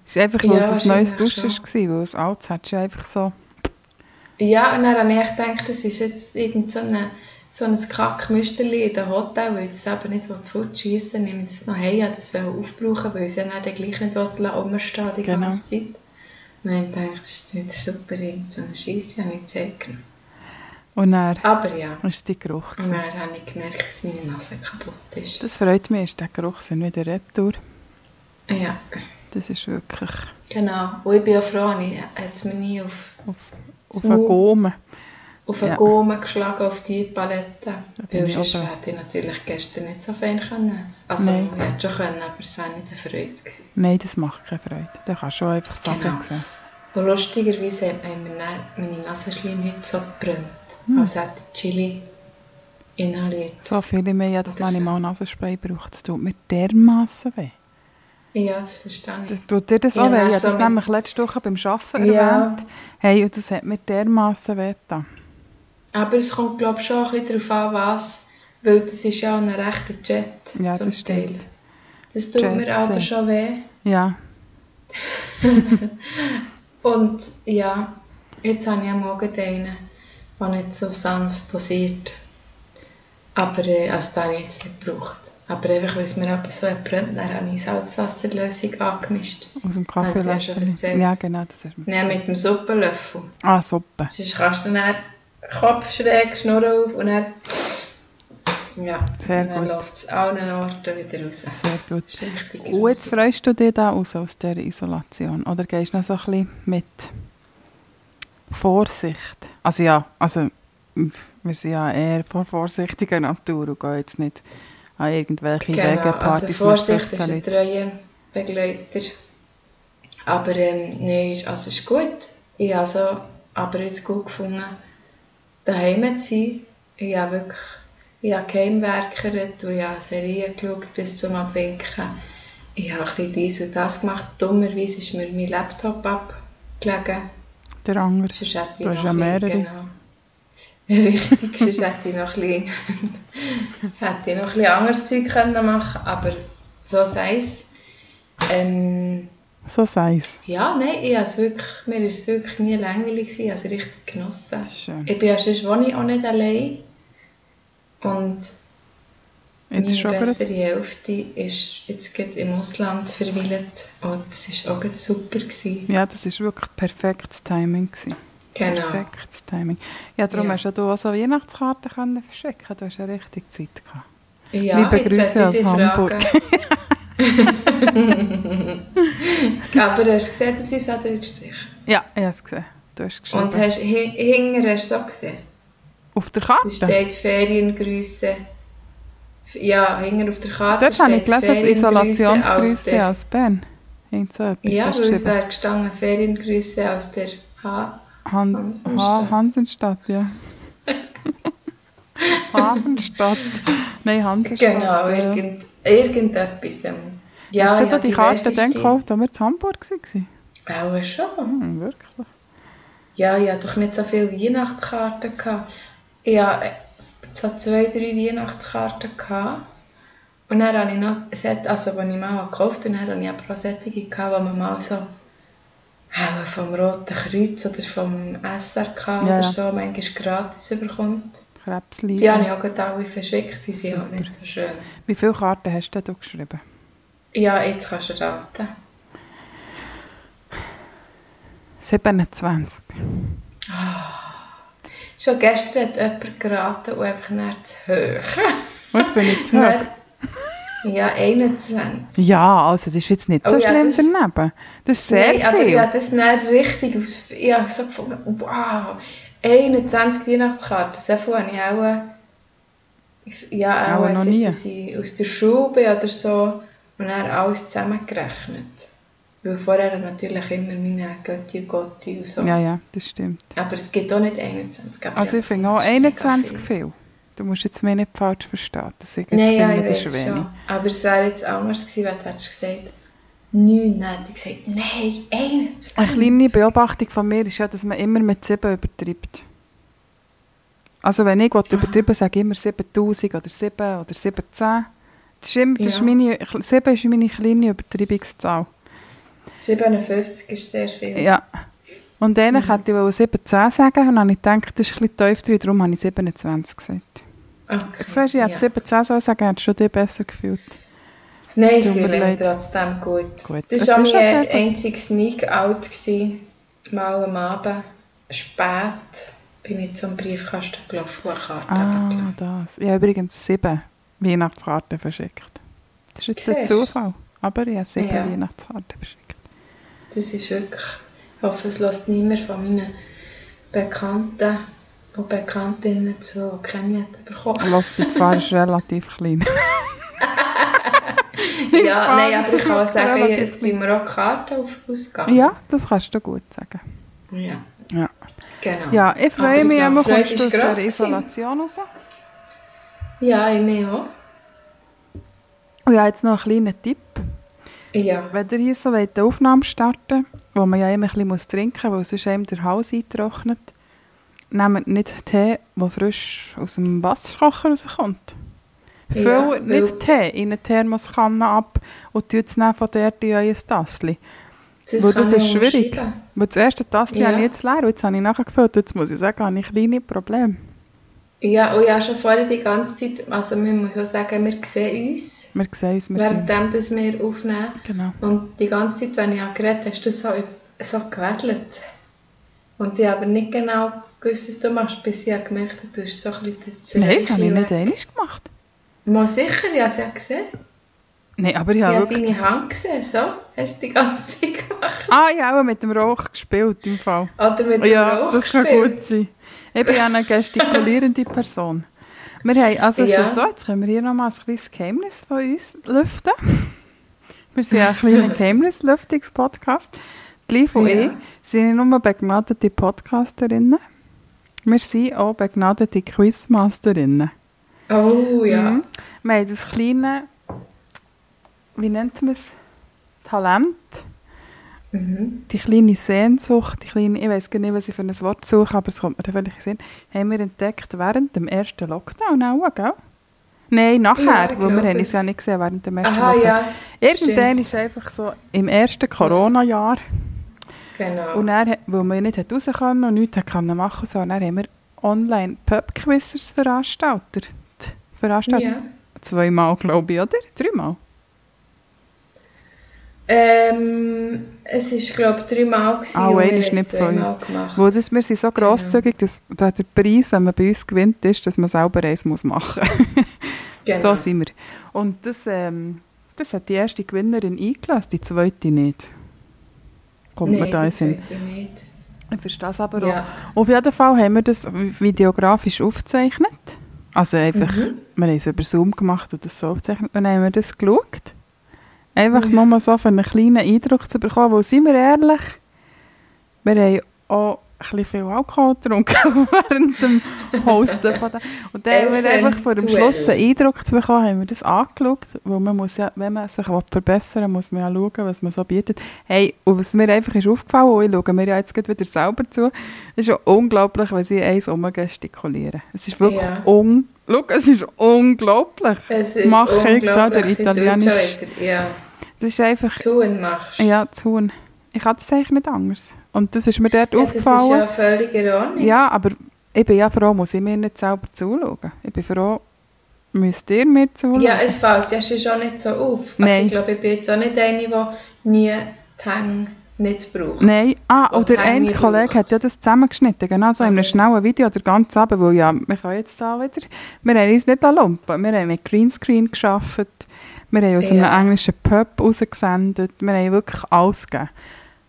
Es ist einfach, weil Ja, es ein neues wahrscheinlich Dusch schon. war, weil es altes hättest du einfach so... Ja, und dann habe ich echt gedacht, das ist jetzt irgend so, eine, so ein Kackmüsterli in einem Hotel, weil ich das eben nicht fortschiessen will, nehme ich das noch heim, habe das will aufbrauchen, weil ich es ja dann gleich nicht rumstehen lassen, die Genau. ganze Zeit. Und dann habe ich gedacht, das ist nicht super, irgend so eine Scheisse habe ich gezeigt. Und dann genau. Aber ja, war es der Geruch. und gewesen. dann habe ich gemerkt, dass meine Nase kaputt ist. Das freut mich, ist der Geruch sind wieder retour. Ja, Das ist wirklich genau. Und ich bin auch froh, ich hätte es mir nie auf, auf, auf Uh. einen Gaumen. auf eine Ja. Gome geschlagen, auf die Palette. bin Weil ich sonst auch da. hätte ich natürlich gestern nicht so fein können essen. Also, Nein. ich hätte schon können, aber es war nicht eine Freude. Gewesen. Nein, das macht keine Freude. Da kannst du auch einfach sagen, Genau. gesessen. Und lustigerweise hat mir dann meine Nasenschleim heute so gebrannt, Hm. als hätte ich Chili inhaliert. So viele mir jedes Oder Mal, wenn ich so. mal Nasenspray brauche, das tut mir dermassen weh. Ja, das verstehe ich. Das tut dir das Ja, auch weh? Ich nein, habe das sorry. nämlich letzte Woche beim Arbeiten Ja. erwähnt. Hey, und das hat mir dermassen weh getan. Aber es kommt, glaube ich, schon ein bisschen darauf an, was, weil das ist ja auch ein rechter Jet Ja, das stimmt. Das tut Jet mir aber Set. schon weh. Ja, Und ja, jetzt habe ich am Morgen einen, der nicht so sanft dosiert. Aber äh, also den habe ich jetzt nicht gebraucht. Aber einfach, weil es mir eben so entbrennt, dann habe ich Salzwasserlösung angemischt. aus dem Ah, du hast ja Kaffeelöffel. erzählt. Ja, genau, das ist mir. Dann mit dem Suppenlöffel. Ah, Suppe. Sonst kannst du dann Kopf schräg, Schnurren auf und dann... Ja, Sehr und dann gut. läuft es allen Orten wieder raus. Sehr gut. Das ist richtig Und jetzt grusig. freust du dich da raus aus dieser Isolation? Oder gehst du noch so ein bisschen mit Vorsicht? Also ja, also mm, wir sind ja eher von vorsichtiger Natur und gehen jetzt nicht an irgendwelche Genau, also Wegepartys mit Vorsicht ist ein 15 Leuten. treuer Begleiter. Aber ähm, nein, ist- also ist gut. Ich habe so, aber jetzt gut gefunden, daheim zu sein. Ich habe wirklich, ich habe geheimwerkert und ich habe Serien geschaut bis zum Abwinken. Ich habe ein bisschen dies und das gemacht. Dummerweise ist mir mein Laptop abgelegen. Der andere. Sonst hätte ich Du hast noch ja ein bisschen- mehrere. Genau. (laughs) Richtig, sonst hätte ich noch ein bisschen, hätte ich noch ein bisschen (laughs) anderes Zeug können machen aber so sei es. Ähm, So sei es. ja, nein, ich has wirklich, mir war es wirklich nie langweilig, gewesen, ich habe es richtig genossen. Das ist schön. Ich bin ja sonst wohne ich auch nicht allein und Jetzt schon meine gerade. bessere Hälfte ist jetzt gerade im Ausland verweilt und es war auch gerade super. Gewesen. Ja, das war wirklich perfektes Timing. Gewesen. Genau. Perfektes Timing. Ja, darum Ja. hast ja du auch so Weihnachtskarten können verschicken Du hast ja richtig Zeit gehabt. Ja, Wir begrüßen jetzt hätte ich aus die Hamburg. (laughs) Frage. Aber du hast gesehen, dass ich es auch durchgestrichen Ja, ich habe es gesehen. Du hast geschrieben. Und hast, hi- hinten hast du es auch gesehen. Auf der Da Karte? steht Feriengrüße. F- Ja, hinten auf der Karte Dort habe ich steht gelesen, die Feriengrüße aus Isolationsgrüße der- aus Bern. Irgend so etwas Ja, hast weil du es geschrieben. wäre gestanden, Feriengrüße aus der H. Han Hansenstadt. ha Hansenstadt, (laughs) ja. Hafenstadt. Nein, Hansenstadt. Genau, ja. irgend, irgendetwas. ähm. Ja, Hast du ja, dir die Karte diverse dann Stimmen. gekauft, als wir in Hamburg waren? Auch schon. Hm, wirklich? Ja, ich hatte doch nicht so viele Weihnachtskarten. gehabt. Ich hatte so zwei, drei Weihnachtskarten. gehabt. Und dann habe ich noch Set, also die ich mal gekauft habe, und dann habe ich aber auch solche, gehabt, die man mal so auch vom Roten Kreuz oder vom SRK Ja, oder ja. so manchmal gratis bekommt. Krebslied. Die habe ich auch gerade alle verschickt, die sind halt nicht so schön. Wie viele Karten hast denn du geschrieben? Ja, jetzt kannst du raten. 27. Schon um gestern hat jemand geraten und einfach nicht zu hoch. Und jetzt bin ich zu hoch. Dann- (laughs) Ja, 21. Ja, also das ist jetzt nicht so Oh ja, schlimm das- daneben. Das ist sehr Nein, aber viel. ich habe das dann richtig aus... Ich habe so gefunden, wow, 21 Weihnachtskarten. So viel habe ich auch... ich- Ja, Auch auch, noch seit nie. dass ich aus der Schule bin oder so. Und dann alles zusammengerechnet. Weil vorher natürlich immer meine Götti und Gotti und so. Ja, Ah, ja, das stimmt. Aber es gibt auch nicht 21. aber Also ja, ich finde auch das ist mega 21 viel. viel. Du musst jetzt mir nicht falsch verstehen. Dass ich jetzt Nein, ja, finde, ich das weiß ist schon. wenig. Aber es wäre jetzt anders gewesen, wenn du hättest gesagt neun dann hätte ich gesagt, nein, 21. Eine kleine Beobachtung von mir ist ja, dass man immer mit 7 übertreibt. Also wenn ich will übertreiben sage ich immer 7000 oder 7 oder 17. Das ist, immer, das ist Ja. meine, 7 ist meine kleine Übertreibungszahl. 57 ist sehr viel. Ja. Und Mhm. eigentlich hätte ich wollen 17 sagen und dann habe ich gedacht, das ist ein bisschen tief drin, darum habe ich 27 gesagt. Okay. Du sagst, ich hätte 17 sollen sagen, hättest du dich besser gefühlt. Nein, ich Tut mir fühle mich leid. trotzdem gut. Gut, Das es war ist ja mein sehr gut. einziger Sneak-Out. gewesen. Mal am Abend, spät, bin ich zum Briefkasten gelaufen und eine Karte abgeladen. Ah, das. Ich habe übrigens 7 Weihnachtskarten verschickt. Das ist jetzt ein Siehst. Zufall, aber ich habe 7 Ja. Weihnachtskarten verschickt. Das ist wirklich. Ich hoffe, es lässt niemand von meinen Bekannten und Bekanntinnen zu, die keine (laughs) hat bekommen. Lass die Gefahr ist relativ (laughs) klein. Ja, nein, (laughs) aber ich kann auch sagen, Relativ jetzt sind wir auch Karten auf ausgegangen. ja, das kannst du gut sagen. ja. Ja, Genau. ja ich Aber freue mich, glaube, immer die Freude kommst du ist aus der gross gewesen. Isolation raus. Ja, ich mich auch. Und ja, jetzt noch ein kleiner Tipp. Ja. Wenn ihr hier so wollt, eine Aufnahme starten wo man ja immer ein bisschen muss trinken muss, weil sonst einem der Hals eintrocknet, nehmt nicht Tee, der frisch aus dem Wasserkocher rauskommt. Füllt Ja, weil- nicht Tee in eine Thermoskanne ab und tut es dann von der in euer Tassli. Weil kann das ich ist schwierig. unterschreiben. Weil das erste Tassli Ja. habe ich jetzt leer und jetzt habe ich nachher gefüllt. Jetzt muss ich sagen, habe ich kleine Probleme. Ja, und ja, schon vorher die ganze Zeit, also man muss auch sagen, wir sehen uns, Wir sehen uns, wir sind... währenddem dass wir aufnehmen. Genau. Und die ganze Zeit, wenn ich auch geredet habe, hast du so, so gewedelt. Und ich habe aber nicht genau gewusst, was du machst, bis ich habe gemerkt habe, du hast so ein bisschen dazu. Nein, das habe ich nicht einmal gemacht. Mal sicher, ich habe es ja gesehen. Nein, aber ich habe ich habe wirklich... deine Hand gesehen, so. Hast du die ganze Zeit gemacht. Ah, ich habe auch mit dem Rauch gespielt, im Fall. Oder mit dem Ja, Rauch das kann gespielt. gut sein. Ich bin ja eine gestikulierende Person. Wir haben, also Ja. schon so, jetzt können wir hier nochmal ein kleines Geheimnis von uns lüften. Wir sind ja ein (laughs) kleiner Geheimnislüftungspodcast. Die Liv und Ja. ich sind nicht nur begnadete Podcasterinnen, wir sind auch begnadete Quizmasterinnen. Oh ja. Mhm. Wir haben das kleine, wie nennt man es, Talent, Mhm. die kleine Sehnsucht, die kleine, ich weiß gar nicht, was ich für ein Wort suche, aber es kommt mir dann vielleicht in den Sinn, haben wir entdeckt während dem ersten Lockdown auch, gell? Nein, Ja, nachher, ich weil wir glaub haben es es. ja nicht gesehen während dem ersten Aha, Lockdown. ja, Irgendwann ist einfach so im ersten Corona-Jahr genau. und dann, hat- weil man nicht hat raus können und nichts hat können machen und so, und dann haben wir online Pub-Quizers veranstaltet. Veranstaltet Ja. zweimal, glaube ich, oder? Dreimal? Ähm, es war, glaube ich, dreimal. gewesen Ah, und wir einer haben ist es nicht von zweimal uns. Gemacht. Wo das, wir sind so Genau. grosszügig, dass da der Preis, wenn man bei uns gewinnt, ist, dass man selber eins muss machen (laughs) muss. Genau. so sind wir. Und das, ähm, das hat die erste Gewinnerin eingelassen, die zweite nicht. Kommt mir Nein, da in den das Sinn. wollte ich nicht. Ich verstehe es aber Ja. auch. Auf jeden Fall haben wir das videografisch aufgezeichnet. Also einfach, Mhm. wir haben es über Zoom gemacht und das so aufgezeichnet. Und dann haben wir das geschaut. Einfach nur mal so für einen kleinen Eindruck zu bekommen. Weil, sind wir ehrlich, wir haben auch ein bisschen viel Alkohol getrunken (laughs) während dem Hosten. Von dem. Und dann haben wir Eventuell. einfach vor dem Schluss einen Eindruck zu bekommen, haben wir das angeschaut. Weil man muss ja, wenn man sich will verbessern will, muss man ja schauen, was man so bietet. Hey, und was mir einfach ist aufgefallen, und ich schaue mir ja jetzt gerade wieder selber zu, ist ja unglaublich, wenn sie eins rumgestikulieren. Es ist wirklich Ja. un... Schau, es ist unglaublich. Es ist Mach ich da der unglaublich, sie tut schon Italienisch. wieder- Ja, Das ist einfach... zu und machst. Ja, Zorn. Ich hatte es eigentlich nicht anders. Und das ist mir dort Ja, das ist aufgefallen. ja völlig in Ordnung. Ja, aber ich bin ja froh, muss ich mir nicht selber zuschauen. Ich bin froh, müsst ihr mir zuschauen. Ja, es fällt ja schon auch nicht so auf. Also Nein. ich glaube, ich bin jetzt auch nicht eine, die nie die Hänge nicht braucht. Nein, ah, Und und der haben eine wir Kollege gemacht. hat ja das zusammengeschnitten, genau so in einem schnellen Video, der ganze Abend, weil ja, wir können jetzt auch wieder, wir haben uns nicht lumpen, wir haben mit Greenscreen gearbeitet, Wir haben aus einem Ja. englischen Pub rausgesendet. Wir haben wirklich alles gegeben.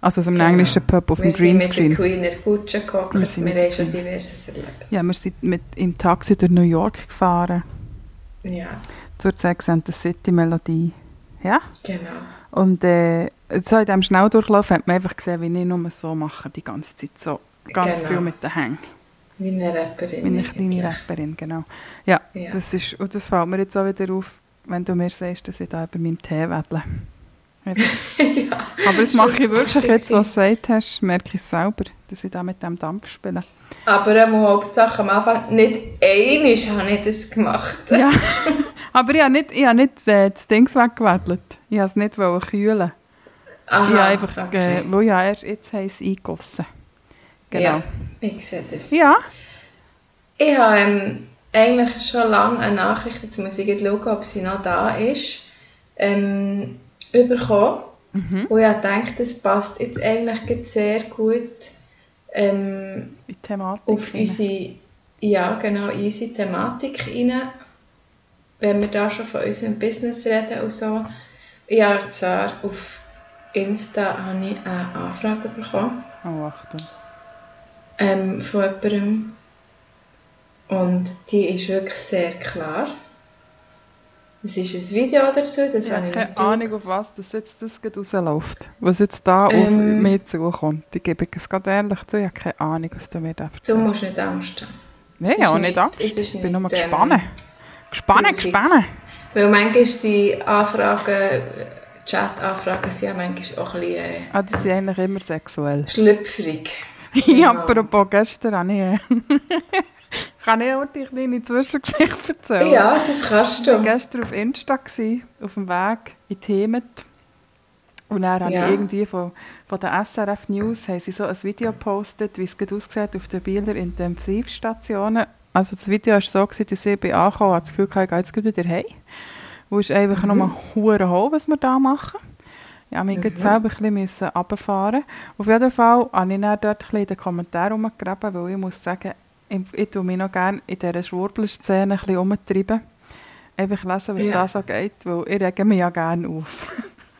Also aus einem Genau. englischen Pub auf dem wir sind mit der Greenscreen. Queen in der Kutsche gehockt. Wir Wir, sind mit der haben schon diverses erlebt. Ja, wir sind mit, im Taxi durch New York gefahren. Ja, Zur Sex and the City Melodie. Ja. genau. Und äh, so in diesem Schnelldurchlauf hat man einfach gesehen, wie ich nur so mache, die ganze Zeit so. Ganz Genau. viel mit den Hängen. Wie eine Rapperin. Meine kleine eigentlich. Rapperin, genau. Ja, Ja. Das ist, und das fällt mir jetzt auch wieder auf, wenn du mir sagst, dass ich da über meinem Tee (laughs) wedle. Einfach. ja, Aber das mache ich wirklich lustig jetzt, was du gesagt hast, merke ich selber, dass ich da mit dem Dampf (laughs) spiele. aber ähm, Hauptsache am Anfang, nicht einisch habe ich das gemacht. Ja, aber ich habe nicht, ich habe nicht äh, das Ding weggewedelt. Ich wollte es nicht wollen kühlen. Aha, ich habe einfach, äh, okay. weil ja erst jetzt heiß eingegossen. Genau. Ja, ich sehe das. ja. Ich habe ähm, eigentlich schon lange eine Nachricht, jetzt muss ich gleich schauen, ob sie noch da ist, ähm, bekommen. Mhm. Und ich denke, das passt jetzt eigentlich gerade sehr gut ähm, in die Thematik. auf rein. unsere, ja, genau, in unsere Thematik rein, wenn wir da schon von unserem Business reden und so. Ja, zwar auf Insta habe ich eine Anfrage bekommen Oh, Achtung. ähm, von jemandem. Und die ist wirklich sehr klar. Es ist ein Video dazu, das Ich habe habe ich keine nicht Ahnung, auf was das jetzt das gerade rausläuft. Was jetzt da auf Ähm. mich zukommt. Ich gebe es gerade ehrlich zu, ich habe keine Ahnung, was du mir da Du erzählst. musst nicht Angst haben. Nein, es ich ist habe nicht nicht- Angst. es Ich ist bin nur nicht, ähm, gespannt. gespannt, Musik. gespannt. Weil manchmal ist die Anfragen, äh, Chat-Anfragen sind ja manchmal auch ein bisschen äh, Ah, die sind eigentlich immer sexuell. (laughs) schlüpfrig. Ja, Genau. apropos, gestern habe ich... äh, kann ich (laughs) auch die kleine Zwischengeschichte erzählen? Ja, das kannst Ich war du. gestern auf Insta, gewesen, auf dem Weg in Themen. Und dann habe Ja. ich irgendwie von, von der SRF News haben sie so ein Video gepostet, wie es gerade aussieht auf den Bildern in den Intensivstationen. Also das Video war so, gewesen, dass ich bin angekommen habe, das Gefühl hatte, ich gehe jetzt gerade wieder heim. Wo ist einfach nochmal hure hoch, was wir da machen. Ja, mich mhm. selber ein bisschen müssen runterfahren. Auf jeden Fall habe ich dann dort ein bisschen in den Kommentaren rumgegraben, weil ich muss sagen, ich, ich tue mich noch gerne in dieser Schwurbler-Szene ein bisschen rumtreiben. Einfach lesen, was Ja. da so geht, weil ich rege mich ja gerne auf.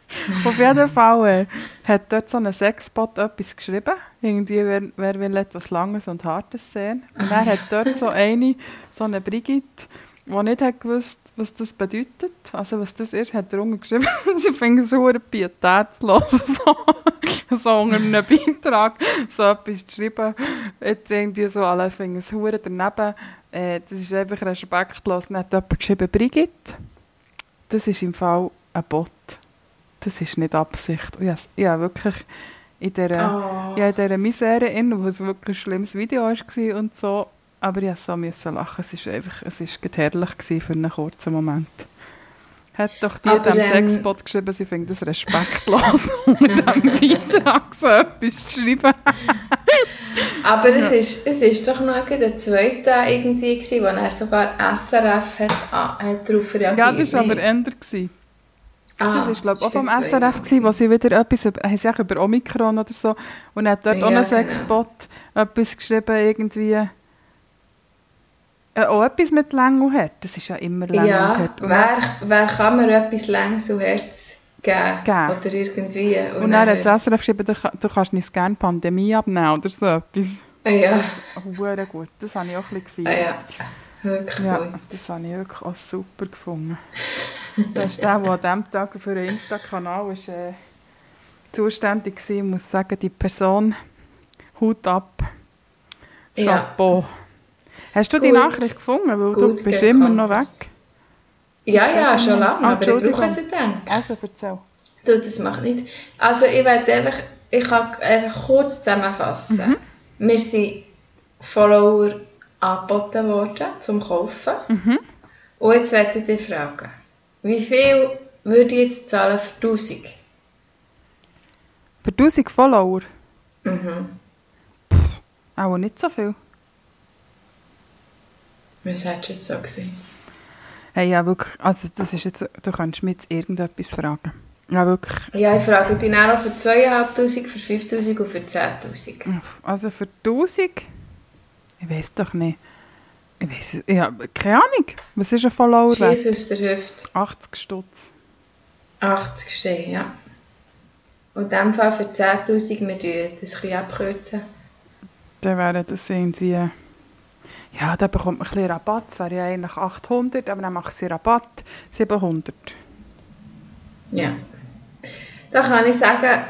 (laughs) Auf jeden Fall äh, hat dort so ein Sexbot etwas geschrieben. Irgendwie, wer, wer will etwas Langes und Hartes sehen. Und er hat dort so eine, so eine Brigitte, die nicht hat gewusst was das bedeutet. Also was das ist, hat er unten geschrieben. (laughs) Sie finden es sehr pietätslos, (laughs) so, so unter einem Beitrag so etwas zu schreiben. Jetzt irgendwie so, alle finden es sehr daneben. Äh, das ist einfach respektlos. Dann hat jemand geschrieben, Brigitte, das ist im Fall ein Bot. Das ist nicht Absicht. Und ich has- ich habe wirklich in dieser, Oh, ja, in dieser Misere, in, wo es wirklich ein schlimmes Video war und so, aber ich musste so müssen lachen. Es war einfach es ist gerade herrlich gewesen für einen kurzen Moment. Hat doch die Aber, dem ähm, Sexbot geschrieben, sie finden es respektlos, (laughs) unter (laughs) diesem Beitrag so etwas zu schreiben. Aber es ist, es ist doch noch gerade der zweite irgendwie, gewesen, wo er sogar SRF hat, an- hat darauf reagiert. Ja, das war aber nicht? änder. gewesen. Ah, das war, glaube ich, auch vom stimmt, so, ja. SRF, gewesen, wo sie wieder etwas über, haben sie auch über Omikron oder so. Und hat dort Ja, auch einen genau. Sexbot etwas geschrieben, irgendwie. Äh, auch etwas mit Länge und Herd. Das ist ja immer Länge und Ja, Herd. Und dann- wer, wer kann mir etwas längs und Herz geben? Geben. Oder irgendwie. Und dann hat das SRF geschrieben, du, ka- du kannst nicht gerne Pandemie abnehmen oder so etwas. Ja, Hure gut, das habe ich auch ein bisschen ah, gefeiert. ja. Wirklich Ja, gut. das habe ich wirklich auch super gefunden. Das ist der, der an diesem Tag für den Insta-Kanal ist, äh, zuständig war. Ich muss sagen, die Person, Hut ab, Ja. Chapeau. Hast du die Gut. Nachricht gefunden? Weil du Gut bist immer noch gekannt. weg. Ja, Sag ja, mal. schon lange, Ah, aber ich brauche Entschuldigung. sie dann. Also, erzähl. Du, das macht nicht. Also ich werde einfach, ich kann einfach kurz zusammenfassen. Wir sind Follower angeboten worden zum Kaufen. Und jetzt werde ich dich fragen, wie viel würde ich jetzt zahlen für 1000? Für 1000 Follower? Mhm. Auch nicht so viel. Was hättest du jetzt so gesehen? Hey, ja, wirklich. Also, das ist jetzt, du kannst mich jetzt irgendetwas fragen. Ja, wirklich. Ja, ich frage dich dann auch für 2'500, für 5'000 und für 10'000. Also, für 1000? Ich weiß doch nicht. Ich weiß, ich habe keine Ahnung. Was ist ein Follower? wert? Schieß aus der Hüfte. 80 Stutz. 80 Steine, ja. Und in dem Fall für 10'000, wir tun das ein bisschen abkürzen. Dann wäre das irgendwie... Ja, dann bekommt man ein bisschen Rabatt. Es wäre ja eigentlich 800, aber dann macht sie Rabatt 700. Ja. Da kann ich sagen,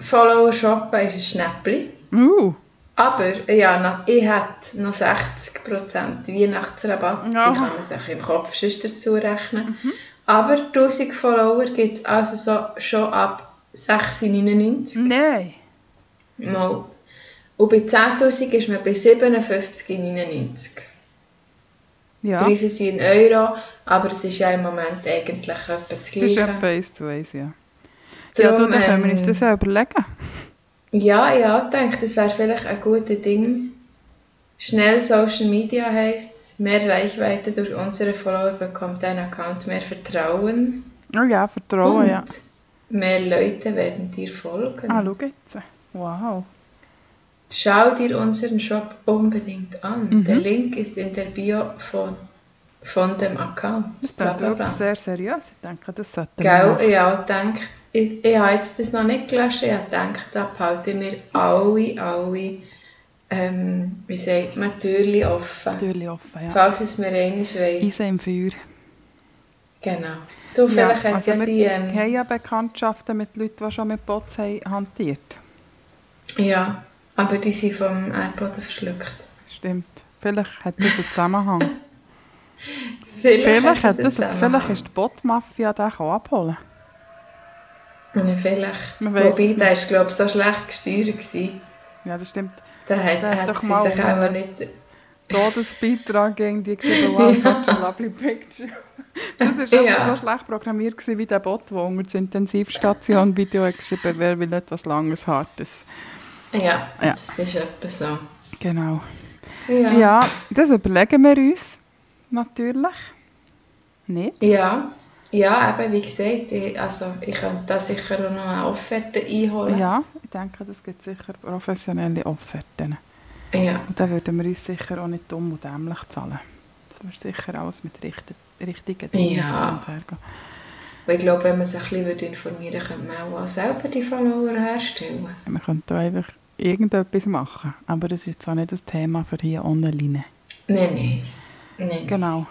Follower shoppen ist ein Schnäppli. Uh, Aber ja, nou, na- ich hätte noch 60% Weihnachtsrabatt. Die Aha. kann man sich im Kopf sonst dazu rechnen. Mhm. Aber 1000 Follower gibt es also so, schon ab 6,99. nein. Mhm. Mal. Und bei 10.000 ist man bei 57,99. Die Ja, das Preise sind in Euro, aber es ist ja im Moment eigentlich etwa das ist Gleiche. etwa eins zu eins, ja. Ja, du, Darum, dann können wir uns ähm, das ja überlegen. Ja, ich habe gedacht, das wäre vielleicht ein gutes Ding. Schnell Social Media heisst, mehr Reichweite durch unsere Follower bekommt dein Account mehr Vertrauen. Oh ja, Vertrauen, und ja. mehr Leute werden dir folgen. Ah, schau jetzt. Wow. Schau dir unseren Shop unbedingt an. Der Mhm. Link ist in der Bio von, von dem Account. Das Bla, klingt bla, bla. wirklich sehr seriös. Ich denke, das sollte Gell, man ich habe gedacht, ich, ich habe jetzt das noch nicht gelöscht. Ich habe gedacht, da behalten wir alle, alle, ähm, wie sagt man, Türchen offen. natürlich offen, ja. Falls es mir einig weiß. Eisen im Feuer. Genau. Du, vielleicht ja, hat ja also wir die, ähm, haben ja Bekanntschaften mit Leuten, die schon mit Bots haben hantiert. ja, aber die sind vom Erdboden verschluckt. Stimmt. Vielleicht hat das einen Zusammenhang. (laughs) Vielleicht, vielleicht, hat das, einen vielleicht Zusammenhang. ist die Bot-Mafia den auch abholen. Ja, vielleicht. Man weiss Wobei, es der war, glaube ich, so schlecht gesteuert. Gewesen. Ja, das stimmt. Da hat, Der hat hat doch sie mal- sich auch nicht... Todesbeitrag gegen die (laughs) geschrieben, wow, such a lovely picture. Das war aber Ja. so schlecht programmiert gewesen, wie der Bot, der unter der Intensivstation Video hat geschrieben wer will etwas Langes, Hartes. Ja, Ja. das ist etwa so. Genau. Ja. Ja, das überlegen wir uns natürlich. Nicht? Ja, ja, eben wie gesagt, ich, also ich könnte da sicher auch noch eine Offerte einholen. Ja, ich denke, es gibt sicher professionelle Offerten. ja. Und da würden wir uns sicher auch nicht dumm und dämlich zahlen. Das würde sicher alles mit richten- richtigen Dingen Ja. zu und her gehen. Weil ich glaube, wenn man sich ein bisschen würde informieren würde, könnte man auch selber die Follower herstellen. Man könnte da einfach irgendetwas machen. Aber das ist zwar nicht das Thema für hier online. Nein, nein. nein. Genau.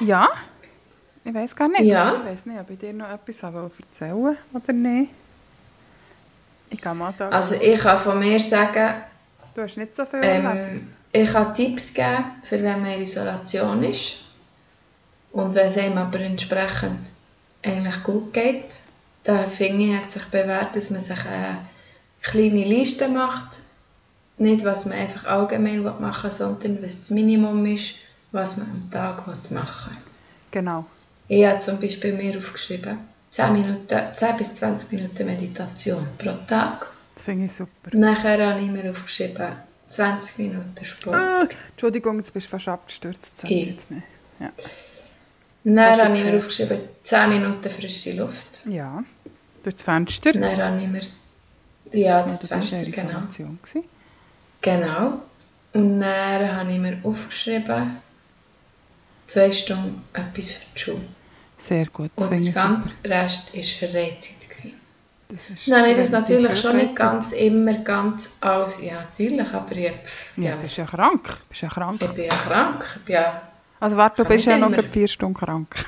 Ja? Ich weiß gar nicht. Ja. Ich weiß nicht, ob ich dir noch etwas habe erzählen wollte oder nicht. Ich kann mal da. Also ich kann von mir sagen, du hast nicht so viel erlebt. ähm, ich kann Tipps geben, für wenn man in Isolation ist. Und wenn es einem aber entsprechend eigentlich gut geht, dann finde ich, hat sich bewährt, dass man sich eine kleine Liste macht. Nicht, was man einfach allgemein machen will, sondern was das Minimum ist, was man am Tag will machen will. Genau. Ich habe zum Beispiel mir aufgeschrieben, 10, Minuten, 10 bis 20 Minuten Meditation pro Tag. Das finde ich super. Nachher habe ich mir aufgeschrieben, 20 Minuten Sport. Ah, Entschuldigung, jetzt bist du fast abgestürzt. Das Ich. ich. Jetzt nicht. Ja. Dann Das ist habe ich mir okay. aufgeschrieben, 10 Minuten frische Luft. ja. Durch das Fenster. Dann habe ich mir... Ja, Ja, das das war Fenster, eine genau. Isolation. Genau. Genau. Und dann habe ich mir aufgeschrieben, 2 Stunden etwas für die Schule. Sehr gut. Das Und finde der ich super. ganze Rest war Freizeit. gewesen. Das ist Dann habe ich relativ das viel natürlich schon nicht Freizeit. ganz immer ganz alles... Ja, natürlich, aber ich, pff, Ja, ja, bist ich ja krank. Bist ja krank. bin ja krank. Ich bin ja Also warte, du Kann bist ich ja noch immer. gerade vier Stunden krank. (laughs)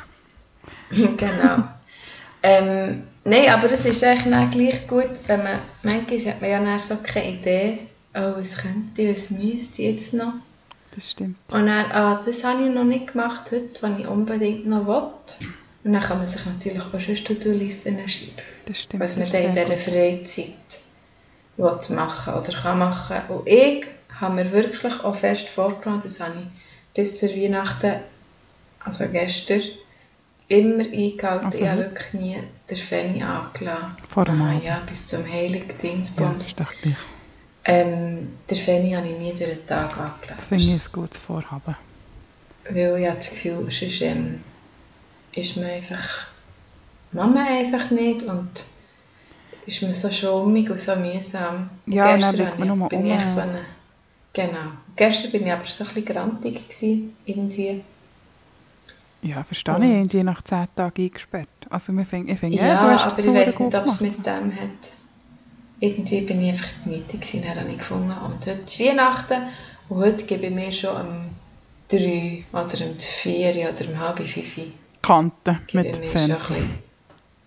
(laughs) genau. ähm, Nein, aber es ist echt dann gleich gut, wenn man, manchmal hat man ja dann so keine Idee, oh, was könnte ich, was müsste ich jetzt noch. Das stimmt. Und dann, ah, das habe ich noch nicht gemacht heute, was ich unbedingt noch will. Und dann kann man sich natürlich auch schon To-Do-Listen schreiben, Das stimmt. was das man ist dann in sehr dieser Freizeit will machen oder kann machen. Und ich habe mir wirklich auch fest vorgenommen, das habe ich bis zur Weihnachten, also gestern, immer eingehalten. Also, ich habe mhm. wirklich nie den Fanny angelassen. Vor dem ah, Abend. ja, bis zum gut. Ja, das Heiligdingsbums. ist doch gleich. ähm, den Fanny habe ich nie durch den Tag Das finde ich angelassen. ein gutes Vorhaben. Weil ich habe das Gefühl, sonst ähm, ist man einfach Mama einfach nicht und ist man so schwammig und so mühsam. Ja, und dann Gestern wird habe man ich- nur bin um. ich so eine, Genau. Gestern bin ich aber so ein bisschen grantig gewesen, irgendwie. Ja, verstehe ich. Irgendwie nach zehn Tagen eingesperrt. Also wir finden, ich finde, Ja, ja, du hast aber das ich weiß verdammt nicht, ob gut es gemacht. mit dem hat. Irgendwie bin ich einfach gemütig gewesen, dann habe ich gefunden. Und heute ist Weihnachten und heute gebe ich mir schon um 3 oder um 4 oder um halb 5 Kanten gebe mit ich mir schon ein Fernsehen. bisschen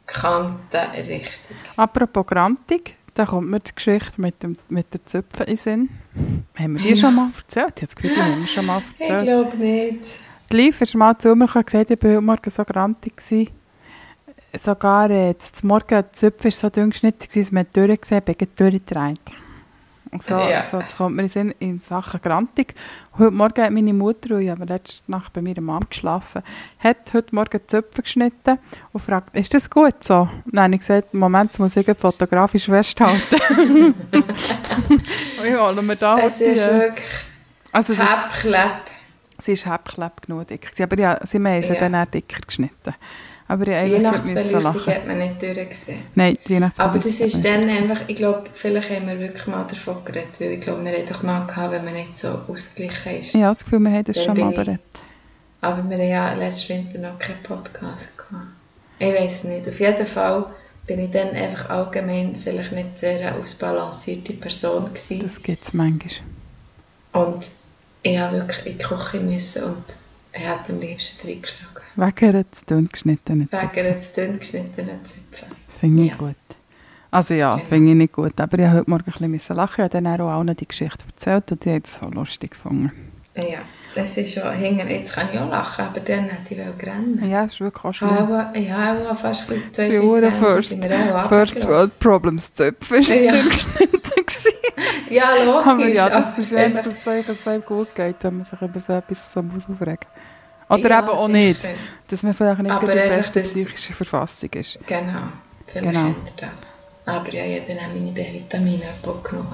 Kanten richtig. Apropos Grantig, da kommt mir die Geschichte mit, dem, mit der Zöpfe in den Sinn. Haben wir die schon mal erzählt? Ich habe das Gefühl, die haben wir schon mal Ich erzählt. glaube nicht. Die Liv ist mal zu mir gekommen und gesagt, ich war heute Morgen so grantig. gewesen. Sogar äh, jetzt zum Morgen, die Zöpfe war so dünn geschnitten, gewesen, dass man die Türe gesehen hat, ich bin durchgedreht. Und so, Ja. so das kommt mir in, Sinn in Sachen grantig. Und Heute Morgen hat meine Mutter, und ich habe letzte Nacht bei meiner Mom geschlafen, hat heute Morgen die Zöpfe geschnitten und fragt, ist das gut so? Nein, ich gesagt, Moment, das muss ich gerade fotografisch festhalten. (laughs) (laughs) und ich hole mir da es heute, ist äh, wirklich also es ist Häppchlepp. Sie ist häppchlepp genug dick. gewesen, Aber ja, sie haben sie Ja. dann auch dicker geschnitten. Aber ich Die eigentlich gerade müssen Weihnachtsbeleuchtung lachen. hat man nicht durchgesehen. Nein, die Aber Weihnachtsbeleuchtung. das ist dann dus einfach, ich glaube, vielleicht haben wir wirklich mal davon geredet, weil ich glaube, wir haben doch mal gehabt, wenn man nicht so ausgeglichen ist. Ich habe das Gefühl, wir haben das Dann schon bin mal ich- berät. Aber wir haben ja letzten Winter noch keinen Podcast gehabt. Ich weiß nicht. Auf jeden Fall bin ich dann einfach allgemein vielleicht nicht sehr eine ausbalancierte Person gewesen. Das gibt es manchmal. Und ich habe wirklich in die Küche müssen und er hat am liebsten reingeschlagen. Wegen der zu dünn geschnittenen Zähne. Wegen einer zu dünn geschnittenen Zipfel. Das finde ich Ja. gut. Also ja, Genau. finde ich nicht gut. Aber ich habe heute Morgen ein bisschen müssen lachen. Ich habe dann auch allen die Geschichte erzählt und die haben es so lustig gefunden. Ja, das ist schon hängen. Jetzt kann ich auch lachen, aber dann hätte ich wollen rennen. Ja, ist wirklich auch schlimm. Ja, aber, ja, aber fast ein bisschen Sie drei waren Grenzen First, sind wir auch first runtergelaufen. World Problems Zöpfe ist genau. Ja. ja. dünn geschnitten (laughs) gewesen. Ja, logisch. Aber ja, das ist aber- eben das Zeichen, dass es einem gut geht, wenn man sich über so etwas so muss aufregen muss. Oder Ja, eben auch sicher. nicht. Dass man vielleicht nicht Aber gerade die einfach beste das- psychische Verfassung ist. Genau, vielleicht Genau. kennt ihr das. Aber ja, ich habe dann auch meine B-Vitamine genommen.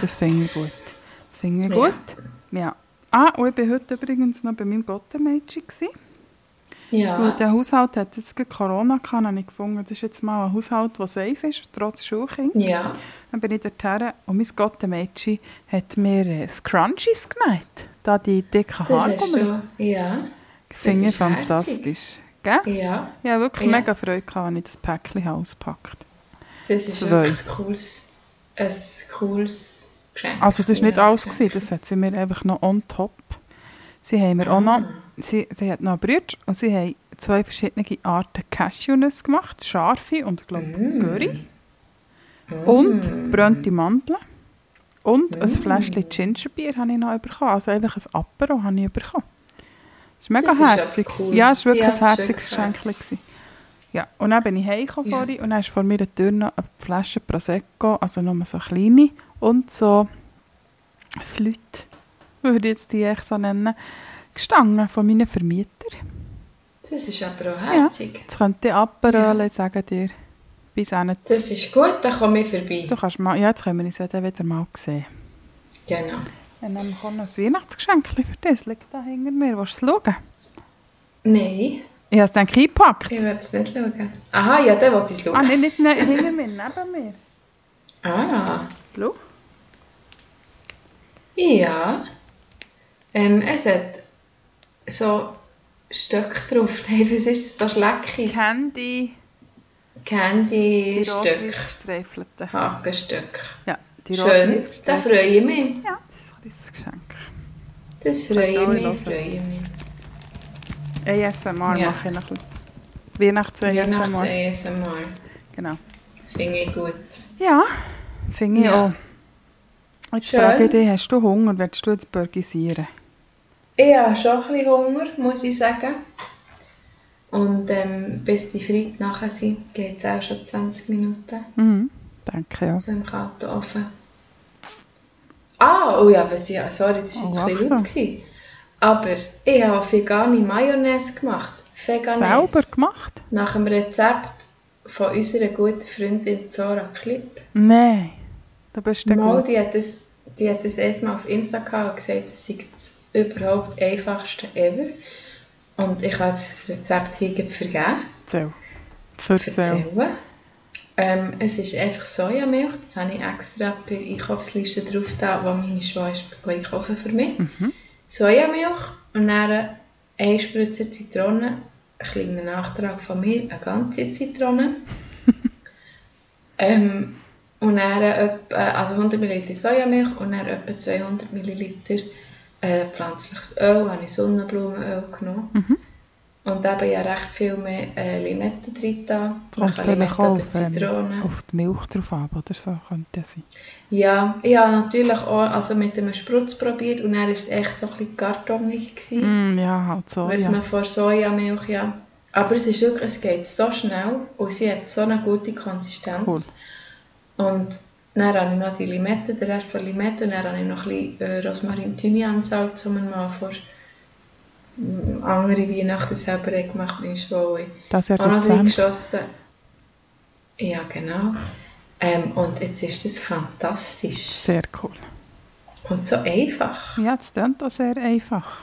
Das finde ich gut. Das finde ich Ja. gut. Ja. Ah, und ich war heute übrigens noch bei meinem Gottenmädchen. gewesen. Weil Ja, der Haushalt hat jetzt gerade Corona gehabt, habe ich gefunden, das ist jetzt mal ein Haushalt, der safe ist, trotz Schulkind. ja. Dann bin ich dorthin und mein Gottenmädchen hat mir äh, Scrunchies genäht. Da die dicken Das ist Haargummi. schon, ja, Finde ich ist herzig. fantastisch. Gell? ja. Ich habe wirklich Ja. mega Freude gehabt, als ich das Päckchen auspackt Das ist Zwei. wirklich ein cooles, ein cooles Geschenk. Also das war nicht Ja, alles, Geschenk. gewesen, das hat sie mir einfach noch on top. Sie haben mir auch noch, sie, sie hat noch einen Brütsch und sie haben zwei verschiedene Arten Cashewnuss gemacht, scharfe und ich glaube Mm. Curry. Und brönte Mandeln. Und Mm. ein Fläschchen Gingerbier habe ich noch bekommen, also einfach ein Apero habe ich bekommen. Das ist mega Das ist aber herzig. cool. Ja, es war Ja, wirklich das ein ist herziges wirklich Geschenk. gewesen. Ja, und dann bin ich heimgekommen Ja. vorhin und dann ist vor mir der Tür noch eine Flasche Prosecco, also nur so kleine, und so Flüte, würde ich jetzt die echt so nennen, gestanden von meinen Vermietern. Das ist aber auch herzig. Jetzt könnt ihr abberollen, ich sage dir, bis hin. Das ist gut, dann komme ich vorbei. Du kannst mal, ja, jetzt können wir uns ja dann wieder mal sehen. Genau. Und dann kommt noch ein Weihnachtsgeschenk für dich, das liegt da hinter mir, willst du es schauen? Nein, Ich habe es dann eingepackt. ich will es nicht schauen. Aha, ja, dann wollte ich es Ah, schauen. nein, nicht ne- hinter mir, neben mir. Ah, Schau. ja. Ähm, es hat so Stöcke drauf. (laughs) Nein, was ist das? So Schleckis. Candy, die Candy rot-weiß Stück, gestreifelten. Hakenstück. Ja, die Schön, rot-weiß da gestreifelten. freue ich mich. Ja, das ist ein kleines Geschenk. Das freue ich alle mich, hören. freue ich mich. ASMR Ja. mache ich noch ein bisschen. Weihnachts-ASMR. Weihnachts-ASMR. Genau. Finde ich gut. Ja, finde ich Ja. auch. Jetzt Schön. frage ich dich, hast du Hunger? Willst du jetzt burgisieren? Ich habe schon ein bisschen Hunger, muss ich sagen. Und ähm, bis die Freude nachher sind, geht es auch schon 20 Minuten. Mhm. Danke, ja. So im kalten Ofen. Ah, oh ja, was ich, sorry, das war jetzt Oh, ein bisschen wacker. laut. Gewesen. Aber ich habe vegane Mayonnaise gemacht. Veganese. Selber gemacht? Nach dem Rezept von unserer guten Freundin Zora Klipp. Nein. Da bist du Mal, gut. die hat das, die hat das erstmal auf Insta gehabt und gesagt, das sei das überhaupt einfachste ever. Und ich habe jetzt das Rezept hier gerade vergeben, Zähl. Verzähl. erzählen. Ähm, es ist einfach Sojamilch, das habe ich extra per Einkaufsliste drauf da, wo meine Schwester einkaufen für mich. Sojamilch und dann Ein Spritzer Zitrone, ein kleiner Nachtrag von mir, eine ganze Zitrone. ähm, und dann etwa, also 100 ml Sojamilch und dann etwa 200 ml äh, pflanzliches Öl, habe ich Sonnenblumenöl genommen. Mhm. Und eben ja recht viel mehr äh, Limetten drin da. Man Kommt kann vielleicht Limetten auch oder auf, ähm, Zitronen. auf die Milch drauf ab oder so, könnte ja sein. Ja, ich habe natürlich auch also mit einem Sprutz probiert und dann war es echt so ein bisschen kartonig. gewesen. Mm, ja, halt so, Mhm. weiss ja. man vor Sojamilch, ja. Aber es ist wirklich, es geht so schnell und sie hat so eine gute Konsistenz. Cool. Und dann habe ich noch die Limette, den Rest von Limette und dann habe ich noch ein bisschen äh, Rosmarin Thymiansalz, um mal vor mm, andere Weihnachten selber haben gemacht habe, wo ich Das ja auch noch gut drin Senf. geschossen Ja, genau. Ähm, und jetzt ist das fantastisch. Sehr cool. Und so einfach. Ja, das klingt auch sehr einfach.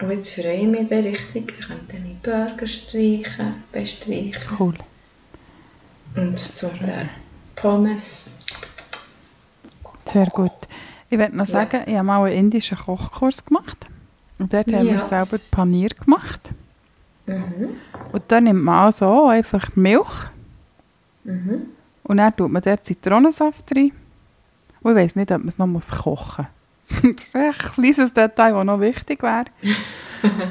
Und jetzt freue ich mich dann richtig, ich könnte dann die Burger streichen, bestreichen. Cool. Und zum der Pommes. Sehr gut. Ich werde noch Ja. sagen, ich habe mal einen indischen Kochkurs gemacht. Und dort haben wir Ja. selber Panier gemacht. Mhm. Und dann nimmt man also auch einfach Milch Mhm. und dann tut man dort Zitronensaft rein. Und ich weiss nicht, ob man es noch muss kochen muss. (laughs) das ist ein kleines Detail, das noch wichtig (laughs) wäre.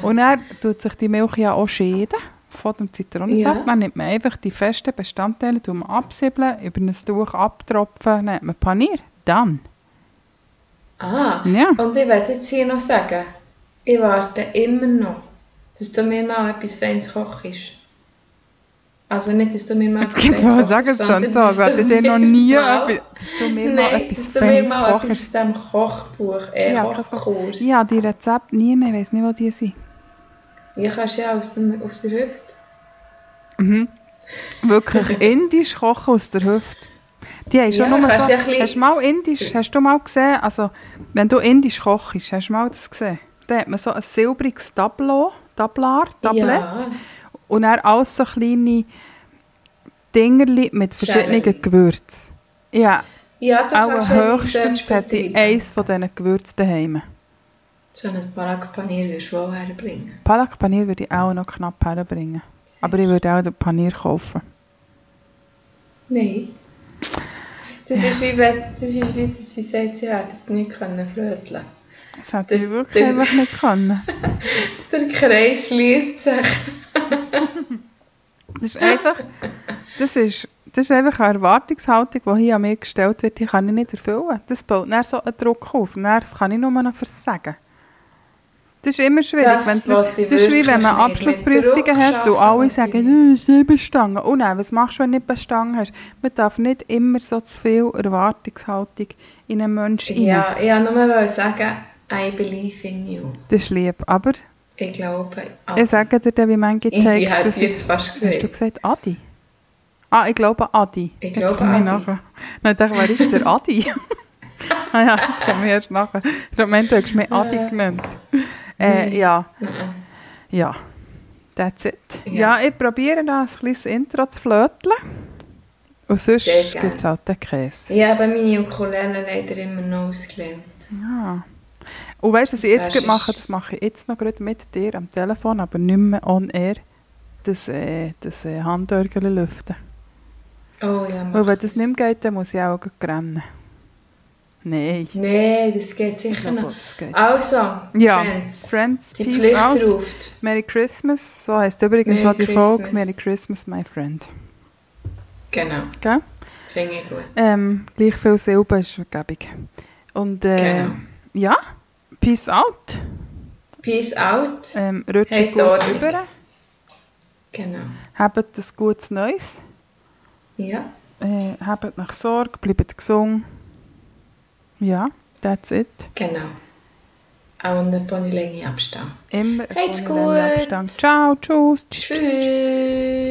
und dann tut sich die Milch ja auch schäden von dem Zitronensaft. Ja. Man nimmt man einfach die festen Bestandteile, tut man absiebeln, über ein Tuch abtropfen, dann hat man Panier. Dann. Ah, Ja. und ich werde jetzt hier noch sagen, ich warte immer noch, dass du mir mal etwas Feines kochst. Also nicht, dass du mir mal Jetzt gibt es sagen es dann so, als hätte ich dir noch nie etwas, dass du mir Nein, mal etwas dass du mir Feines mal etwas kochst. aus diesem Kochbuch, äh, Ja, kein Kochkurs. Ich habe die Rezepte nie, ich weiss nicht, wo die sind. Ja, kannst ja aus, dem, aus der Hüfte. Wirklich (laughs) indisch kochen aus der Hüfte. Die haben schon Ja, nur so... kannst ja ein bisschen- Hast du mal indisch, hast du mal gesehen, also wenn du indisch kochst, hast du mal das gesehen? Da hat man so ein silbriges Tableau, Tablar, Tablett Ja. und dann alles so kleine Dingerli mit verschiedenen Schäleli. Gewürzen. Ja, Ja, da auch kannst du ja höchstens Research hätte ich betreiben. eins von diesen Gewürzen daheim. So ein Barakpanier würdest du wohl herbringen. Palak Panier würde ich auch noch knapp herbringen. Aber ich würde auch den Panier kaufen. Nein. Das, ist dus wie, wenn- das ist wie, dass sie sagt, sie hätte es nicht können flöteln. Das hätte ich Der- wirklich der- einfach nicht können. Der Kreis schließt sich. Das ist einfach, das ist, das ist einfach eine Erwartungshaltung, die hier an mir gestellt wird, die kann ich nicht erfüllen. Das baut dann so einen Druck auf. Dann kann ich nur noch versagen. Das ist immer schwierig. Das wenn will du, ich das ist wie wenn man wirklich nicht. Mit Abschlussprüfungen Druck hat und arbeiten will alle ich sagen, nicht. «Nö, es ist nicht bestanden. Oh nein, was machst du, wenn du nicht bestanden hast? Man darf nicht immer so zu viel Erwartungshaltung in einen Menschen hinein. Ja, ich wollte nur mal sagen, I believe in you. Das ist lieb, aber Ich glaube an ich sage dir dann, wie man Ich getakes hätte das es ist. jetzt fast Hast du gesagt. gesagt Adi? Ah, ich glaube Adi. Ich jetzt glaube, komme ich Adi. nachher. Nein, ich dachte, wer ist der Adi? (laughs) (laughs) ah ja, jetzt komme ich erst nachher. Ich habe gemeint, du hättest mich Adi genannt. Äh, ja, Nein. ja. That's it. Ja, Ja. ich probiere da ein kleines Intro zu flöteln. Und sonst Sehr gerne. gibt es halt den Käse. Ich habe meine Ukulele leider immer noch ausgelernt. Ja. Und weißt du, was Das ich jetzt wär's gerade mache? sonst- Das mache ich jetzt noch gerade mit dir am Telefon, aber nicht mehr on air. Das, äh, das äh, Handörgel lüften. Oh ja, mach Weil wenn das nicht mehr geht, dann muss ich auch gleich rennen. Nein. Nein, das geht Ich sicher glaube, noch. das geht. Also, Ja, Friends, Friends, die peace Pflicht out. ruft. Merry Christmas. So heisst übrigens Merry auch die Folge. Christmas. Merry Christmas, my friend. Genau, Gell? finde ich gut. Ähm, gleich viel Silber ist Vergebung. Und äh, Genau. ja, peace out. Peace out. Ähm, rutscht Hey, gut Dorothy. rüber. Genau. Habt ein gutes Neues. Ja, Äh, habt nach Sorge, bleibt gesund. Ja, that's it. genau. Auch eine Pony Länge Abstand. Immer Hey, it's ohne langen gut. Abstand. Ciao, tschüss. Tschüss.